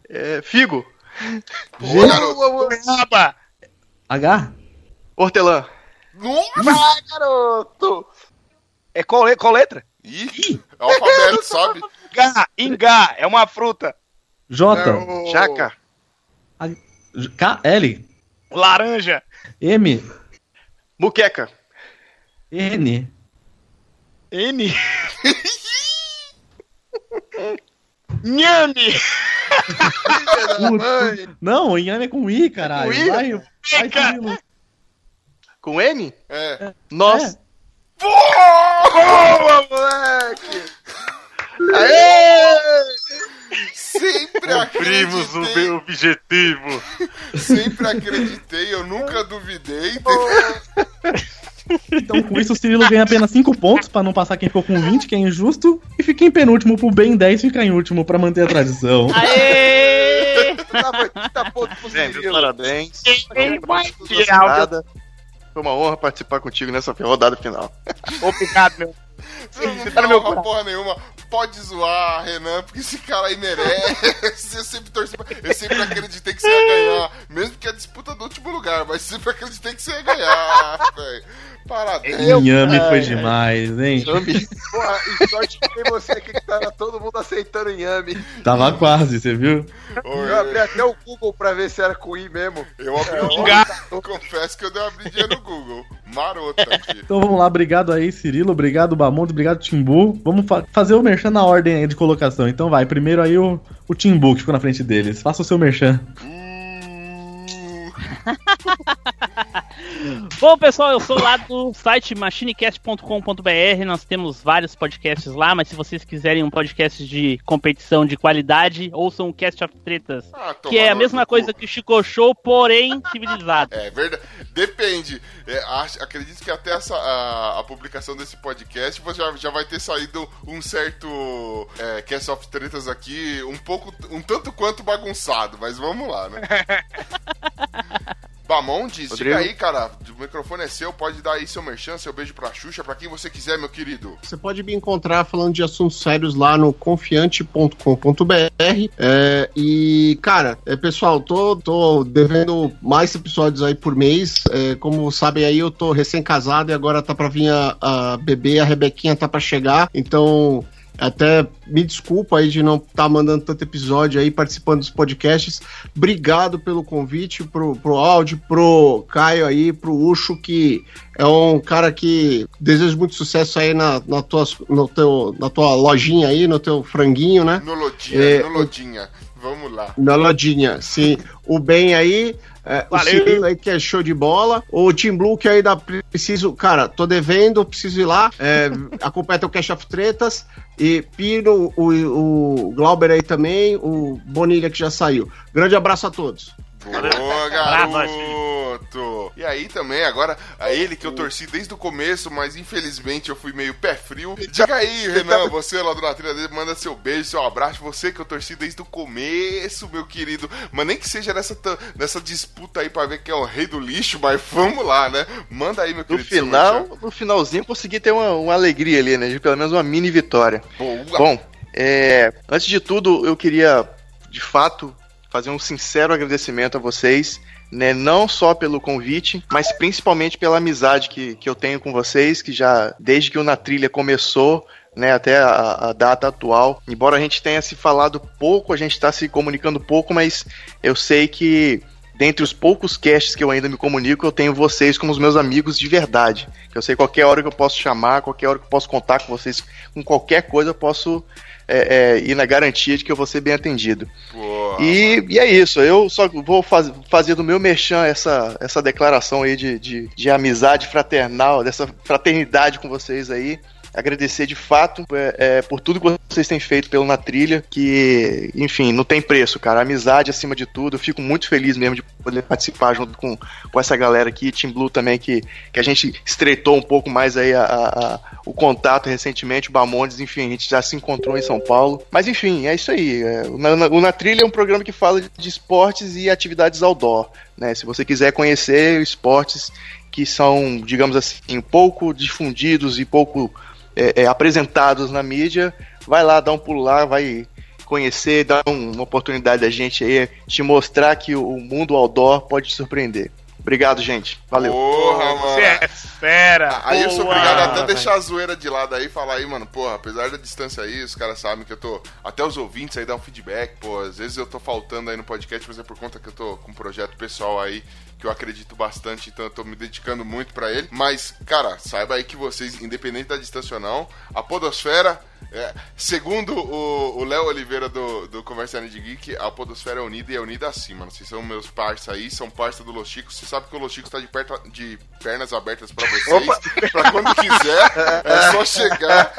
S14: É, figo.
S4: G.
S6: Goiaba.
S4: H.
S14: Hortelã.
S6: Nossa, garoto. É qual, le- qual letra?
S1: Ih, é alfabeto, sobe.
S6: Ingá, ingá, é uma fruta. É
S4: J.
S6: Chaca.
S4: K. L.
S6: Laranja.
S4: M.
S14: Muqueca.
S4: N.
S6: N. Nhame.
S4: Puta. Não, o inhame é com I, caralho.
S14: com I?
S4: Vai, vai, Camilo.
S14: Com N?
S1: É.
S14: Nossa.
S1: Boa,
S14: moleque! Aê!
S1: Sempre
S20: Cumprimos o meu objetivo.
S1: Sempre acreditei, eu nunca duvidei.
S4: Então, com isso, o Cirilo ganha apenas 5 pontos pra não passar quem ficou com 20, que é injusto. E fica em penúltimo pro Ben 10 ficar em último pra manter a tradição.
S14: Aê! tá ponto pro Cirilo. Parabéns. tá Nada. Foi uma honra participar contigo nessa rodada final.
S6: Obrigado, meu.
S1: Você não tá meu porra nenhuma. Pode zoar, Renan, porque esse cara aí merece. Eu sempre torci pra... Eu sempre acreditei que você ia ganhar. Mesmo que a disputa do último lugar, mas sempre acreditei que você ia ganhar, velho. Parabéns.
S4: Inhame
S1: Ai,
S4: foi
S1: ai.
S4: demais, hein?
S14: Porra, e sorte que tem você aqui que tava todo mundo aceitando inhame.
S4: Tava quase, você viu?
S14: Eu abri até o Google pra ver se era com I mesmo. É, tá
S1: Eu abri
S14: o
S1: Eu confesso que eu dei uma bridinha no Google. Marota aqui.
S4: Então vamos lá, obrigado aí, Cirilo. Obrigado, Bamonte. Obrigado, Timbu. Vamos fa- fazer o merchan na ordem aí de colocação. Então vai, primeiro aí o, o Timbu que ficou na frente deles. Faça o seu merchan.
S3: Bom, pessoal, eu sou lá do site machinecast.com.br. Nós temos vários podcasts lá, mas se vocês quiserem um podcast de competição de qualidade, ouçam o Cast of Tretas,
S1: Ah,
S3: que é a mesma coisa que o Chico Show, porém civilizado.
S1: É verdade. Depende. É, acho- acredito que até essa, a, a publicação desse podcast você já, já vai ter saído um certo é, Cast of Tretas aqui, um pouco, um tanto quanto bagunçado, mas vamos lá, né? Bamondes, diga
S14: Rodrigo?
S1: aí, cara. O microfone é seu, pode dar aí seu merchan, seu beijo pra Xuxa, pra quem você quiser, meu querido.
S9: Você pode me encontrar falando de assuntos sérios lá no confiante.com.br. É, e, cara, é, pessoal, tô, tô devendo mais episódios aí por mês. É, como sabem aí, eu tô recém-casado e agora tá pra vir a, a bebê, a Rebequinha tá pra chegar. Então, até me desculpa aí de não estar mandando tanto episódio aí, participando dos podcasts. Obrigado pelo convite, pro, pro áudio, pro Caio aí, pro Ucho, que é um cara que desejo muito sucesso aí na, na, tua, no teu, na tua lojinha aí, no teu franguinho, né?
S1: No Lodinha,
S9: É,
S1: no Lodinha. Vamos lá.
S9: na lojinha, sim. O Ben aí, é, o
S1: Valeu.
S9: Cirilo aí que é show de bola. O Tim Blue que eu ainda preciso, cara, tô devendo, preciso ir lá. É, acompanha teu Cash of Tretas. E Pino, o, o Glauber aí também, o Bonilha que já saiu. Grande abraço a todos.
S1: Boa, garoto! E aí também, agora, a ele que eu torci desde o começo, mas infelizmente eu fui meio pé frio. Diga aí, Renan, você lá do Na Trilha dele, manda seu beijo, seu abraço, você que eu torci desde o começo, meu querido. Mas nem que seja nessa, ta- nessa disputa aí pra ver quem é o rei do lixo, mas vamos lá, né? Manda aí, meu
S14: No
S1: querido. seu
S14: final,
S1: merchan.
S14: no finalzinho, consegui ter uma, uma alegria ali, né? De pelo menos uma mini vitória.
S1: Boa.
S14: Bom, é, antes de tudo, eu queria, de fato, fazer um sincero agradecimento a vocês, né? Não só pelo convite, mas principalmente pela amizade que, que eu tenho com vocês, que já, desde que o Na Trilha começou, né, até a, a data atual. Embora a gente tenha se falado pouco, a gente está se comunicando pouco, mas eu sei que dentre os poucos casts que eu ainda me comunico, eu tenho vocês como os meus amigos de verdade. Que eu sei qualquer hora que eu posso chamar, qualquer hora que eu posso contar com vocês, com qualquer coisa eu posso é, é, ir na garantia de que eu vou ser bem atendido.
S1: Boa.
S14: E, e é isso, eu só vou faz- fazer do meu merchan essa, essa declaração aí de, de, de amizade fraternal, dessa fraternidade com vocês aí. Agradecer de fato é, é, por tudo que vocês têm feito pelo Na Trilha, que, enfim, não tem preço, cara. Amizade acima de tudo. Eu fico muito feliz mesmo de poder participar junto com, com essa galera aqui, Team Blue também, que, que a gente estreitou um pouco mais aí a- a- a- o contato recentemente, o Bamondes, enfim, a gente já se encontrou em São Paulo. Mas enfim, é isso aí. é, o, Na, o Na Trilha é um programa que fala de esportes e atividades outdoor. Né? Se você quiser conhecer esportes que são, digamos assim, pouco difundidos e pouco é, é, apresentados na mídia, vai lá, dá um pulo lá, vai conhecer, dar um- uma oportunidade da gente aí, te mostrar que o o mundo outdoor pode te surpreender. Obrigado, gente. Valeu.
S1: Porra, mano.
S14: Você é
S1: fera. Aí eu sou
S14: Boa.
S1: obrigado a até
S14: Vai.
S1: deixar a zoeira de lado aí e falar aí, mano, porra, apesar da distância aí, os caras sabem que eu tô. Até os ouvintes aí dão um feedback, pô. Às vezes eu tô faltando aí no podcast, mas é por conta que eu tô com um projeto pessoal aí que eu acredito bastante, então eu tô me dedicando muito pra ele. Mas, cara, saiba aí que vocês, independente da distância ou não, a Podosfera. é, segundo o o Léo Oliveira do, do Conversando de Geek, a Podosfera é unida e é unida acima. Vocês são meus parça aí, são parça do Los Chicos. Você sabe que o Los Chicos tá de, perto, de pernas abertas pra vocês.
S13: Opa!
S1: pra quando quiser, é só chegar.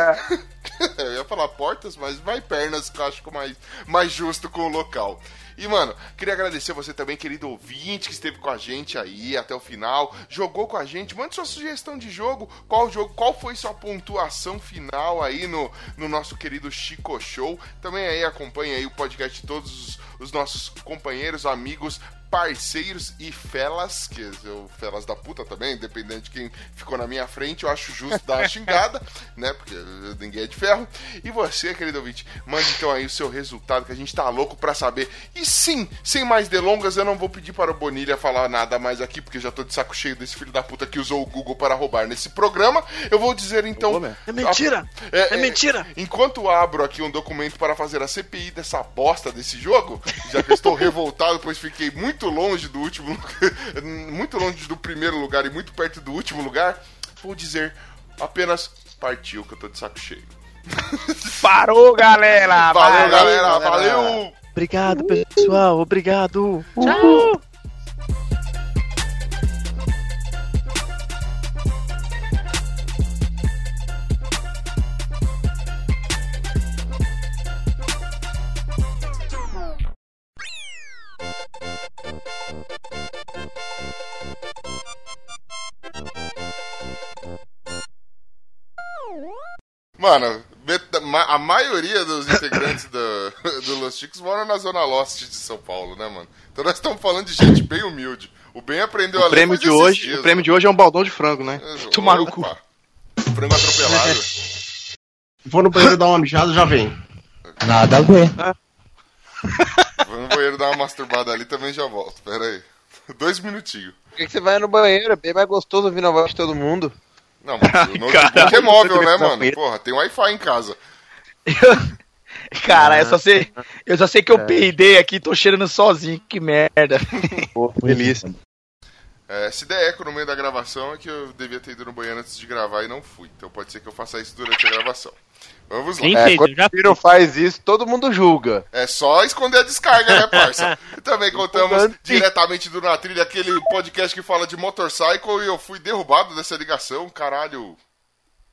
S1: Eu ia falar portas, mas vai pernas, que eu acho que é mais, mais justo com o local. E, mano, queria agradecer você também, querido ouvinte, que esteve com a gente aí até o final, jogou com a gente, mande sua sugestão de jogo, qual jogo, qual foi sua pontuação final aí no, no nosso querido Chico Show. Também aí acompanha aí o podcast de todos os, os nossos companheiros, amigos, parceiros e felas, que eu, felas da puta também, independente de quem ficou na minha frente, eu acho justo dar uma xingada, né? Porque ninguém é de ferro. E você, querido ouvinte, mande então aí o seu resultado, que a gente tá louco pra saber. E sim, sem mais delongas, eu não vou pedir para o Bonilha falar nada mais aqui, porque eu já tô de saco cheio desse filho da puta que usou o Google para roubar nesse programa. Eu vou dizer então. É
S6: mentira!
S1: É, mentira! Enquanto abro aqui um documento para fazer a CPI dessa bosta desse jogo, já que eu estou revoltado, pois fiquei muito longe do último, muito longe do primeiro lugar e muito perto do último lugar, vou dizer apenas partiu que eu tô de saco cheio.
S6: Parou, galera!
S1: Valeu, galera, valeu!
S6: Obrigado, pessoal. Obrigado.
S13: Tchau!
S1: Mano, meta- ma- a maioria dos integrantes do, do Los Chicos moram na Zona Lost de São Paulo, né, mano? Então nós estamos falando de gente bem humilde. O Ben aprendeu a
S14: O
S1: ler
S14: prêmio,
S1: faz
S14: de
S1: esses
S14: hoje,
S1: dias,
S14: o prêmio de hoje é um baldão de frango, né?
S1: mano. É, Opa, Frango atropelado.
S9: Vou no banheiro dar uma mijada, já vem.
S30: Nada a ver.
S1: Vou no banheiro dar uma masturbada ali também já volto. Pera aí. Dois minutinhos.
S31: Por que que você vai no banheiro? É bem mais gostoso ouvir a voz de todo mundo.
S1: Não, mas o notebook é móvel, né, mano? Porra, tem Wi-Fi em casa.
S6: Cara, eu só sei, eu só sei que eu
S1: É.
S6: peidei aqui e tô cheirando sozinho. Que merda.
S14: Delícia.
S1: É, se der eco no meio da gravação é que eu devia ter ido no banheiro antes de gravar e não fui. Então pode ser que eu faça isso durante a gravação. Vamos lá.
S31: É, quando o Ciro faz isso, todo mundo julga.
S1: É só esconder a descarga, né, parça? Também contamos diretamente do Na Trilha, aquele podcast que fala de motorcycle e eu fui derrubado dessa ligação, caralho.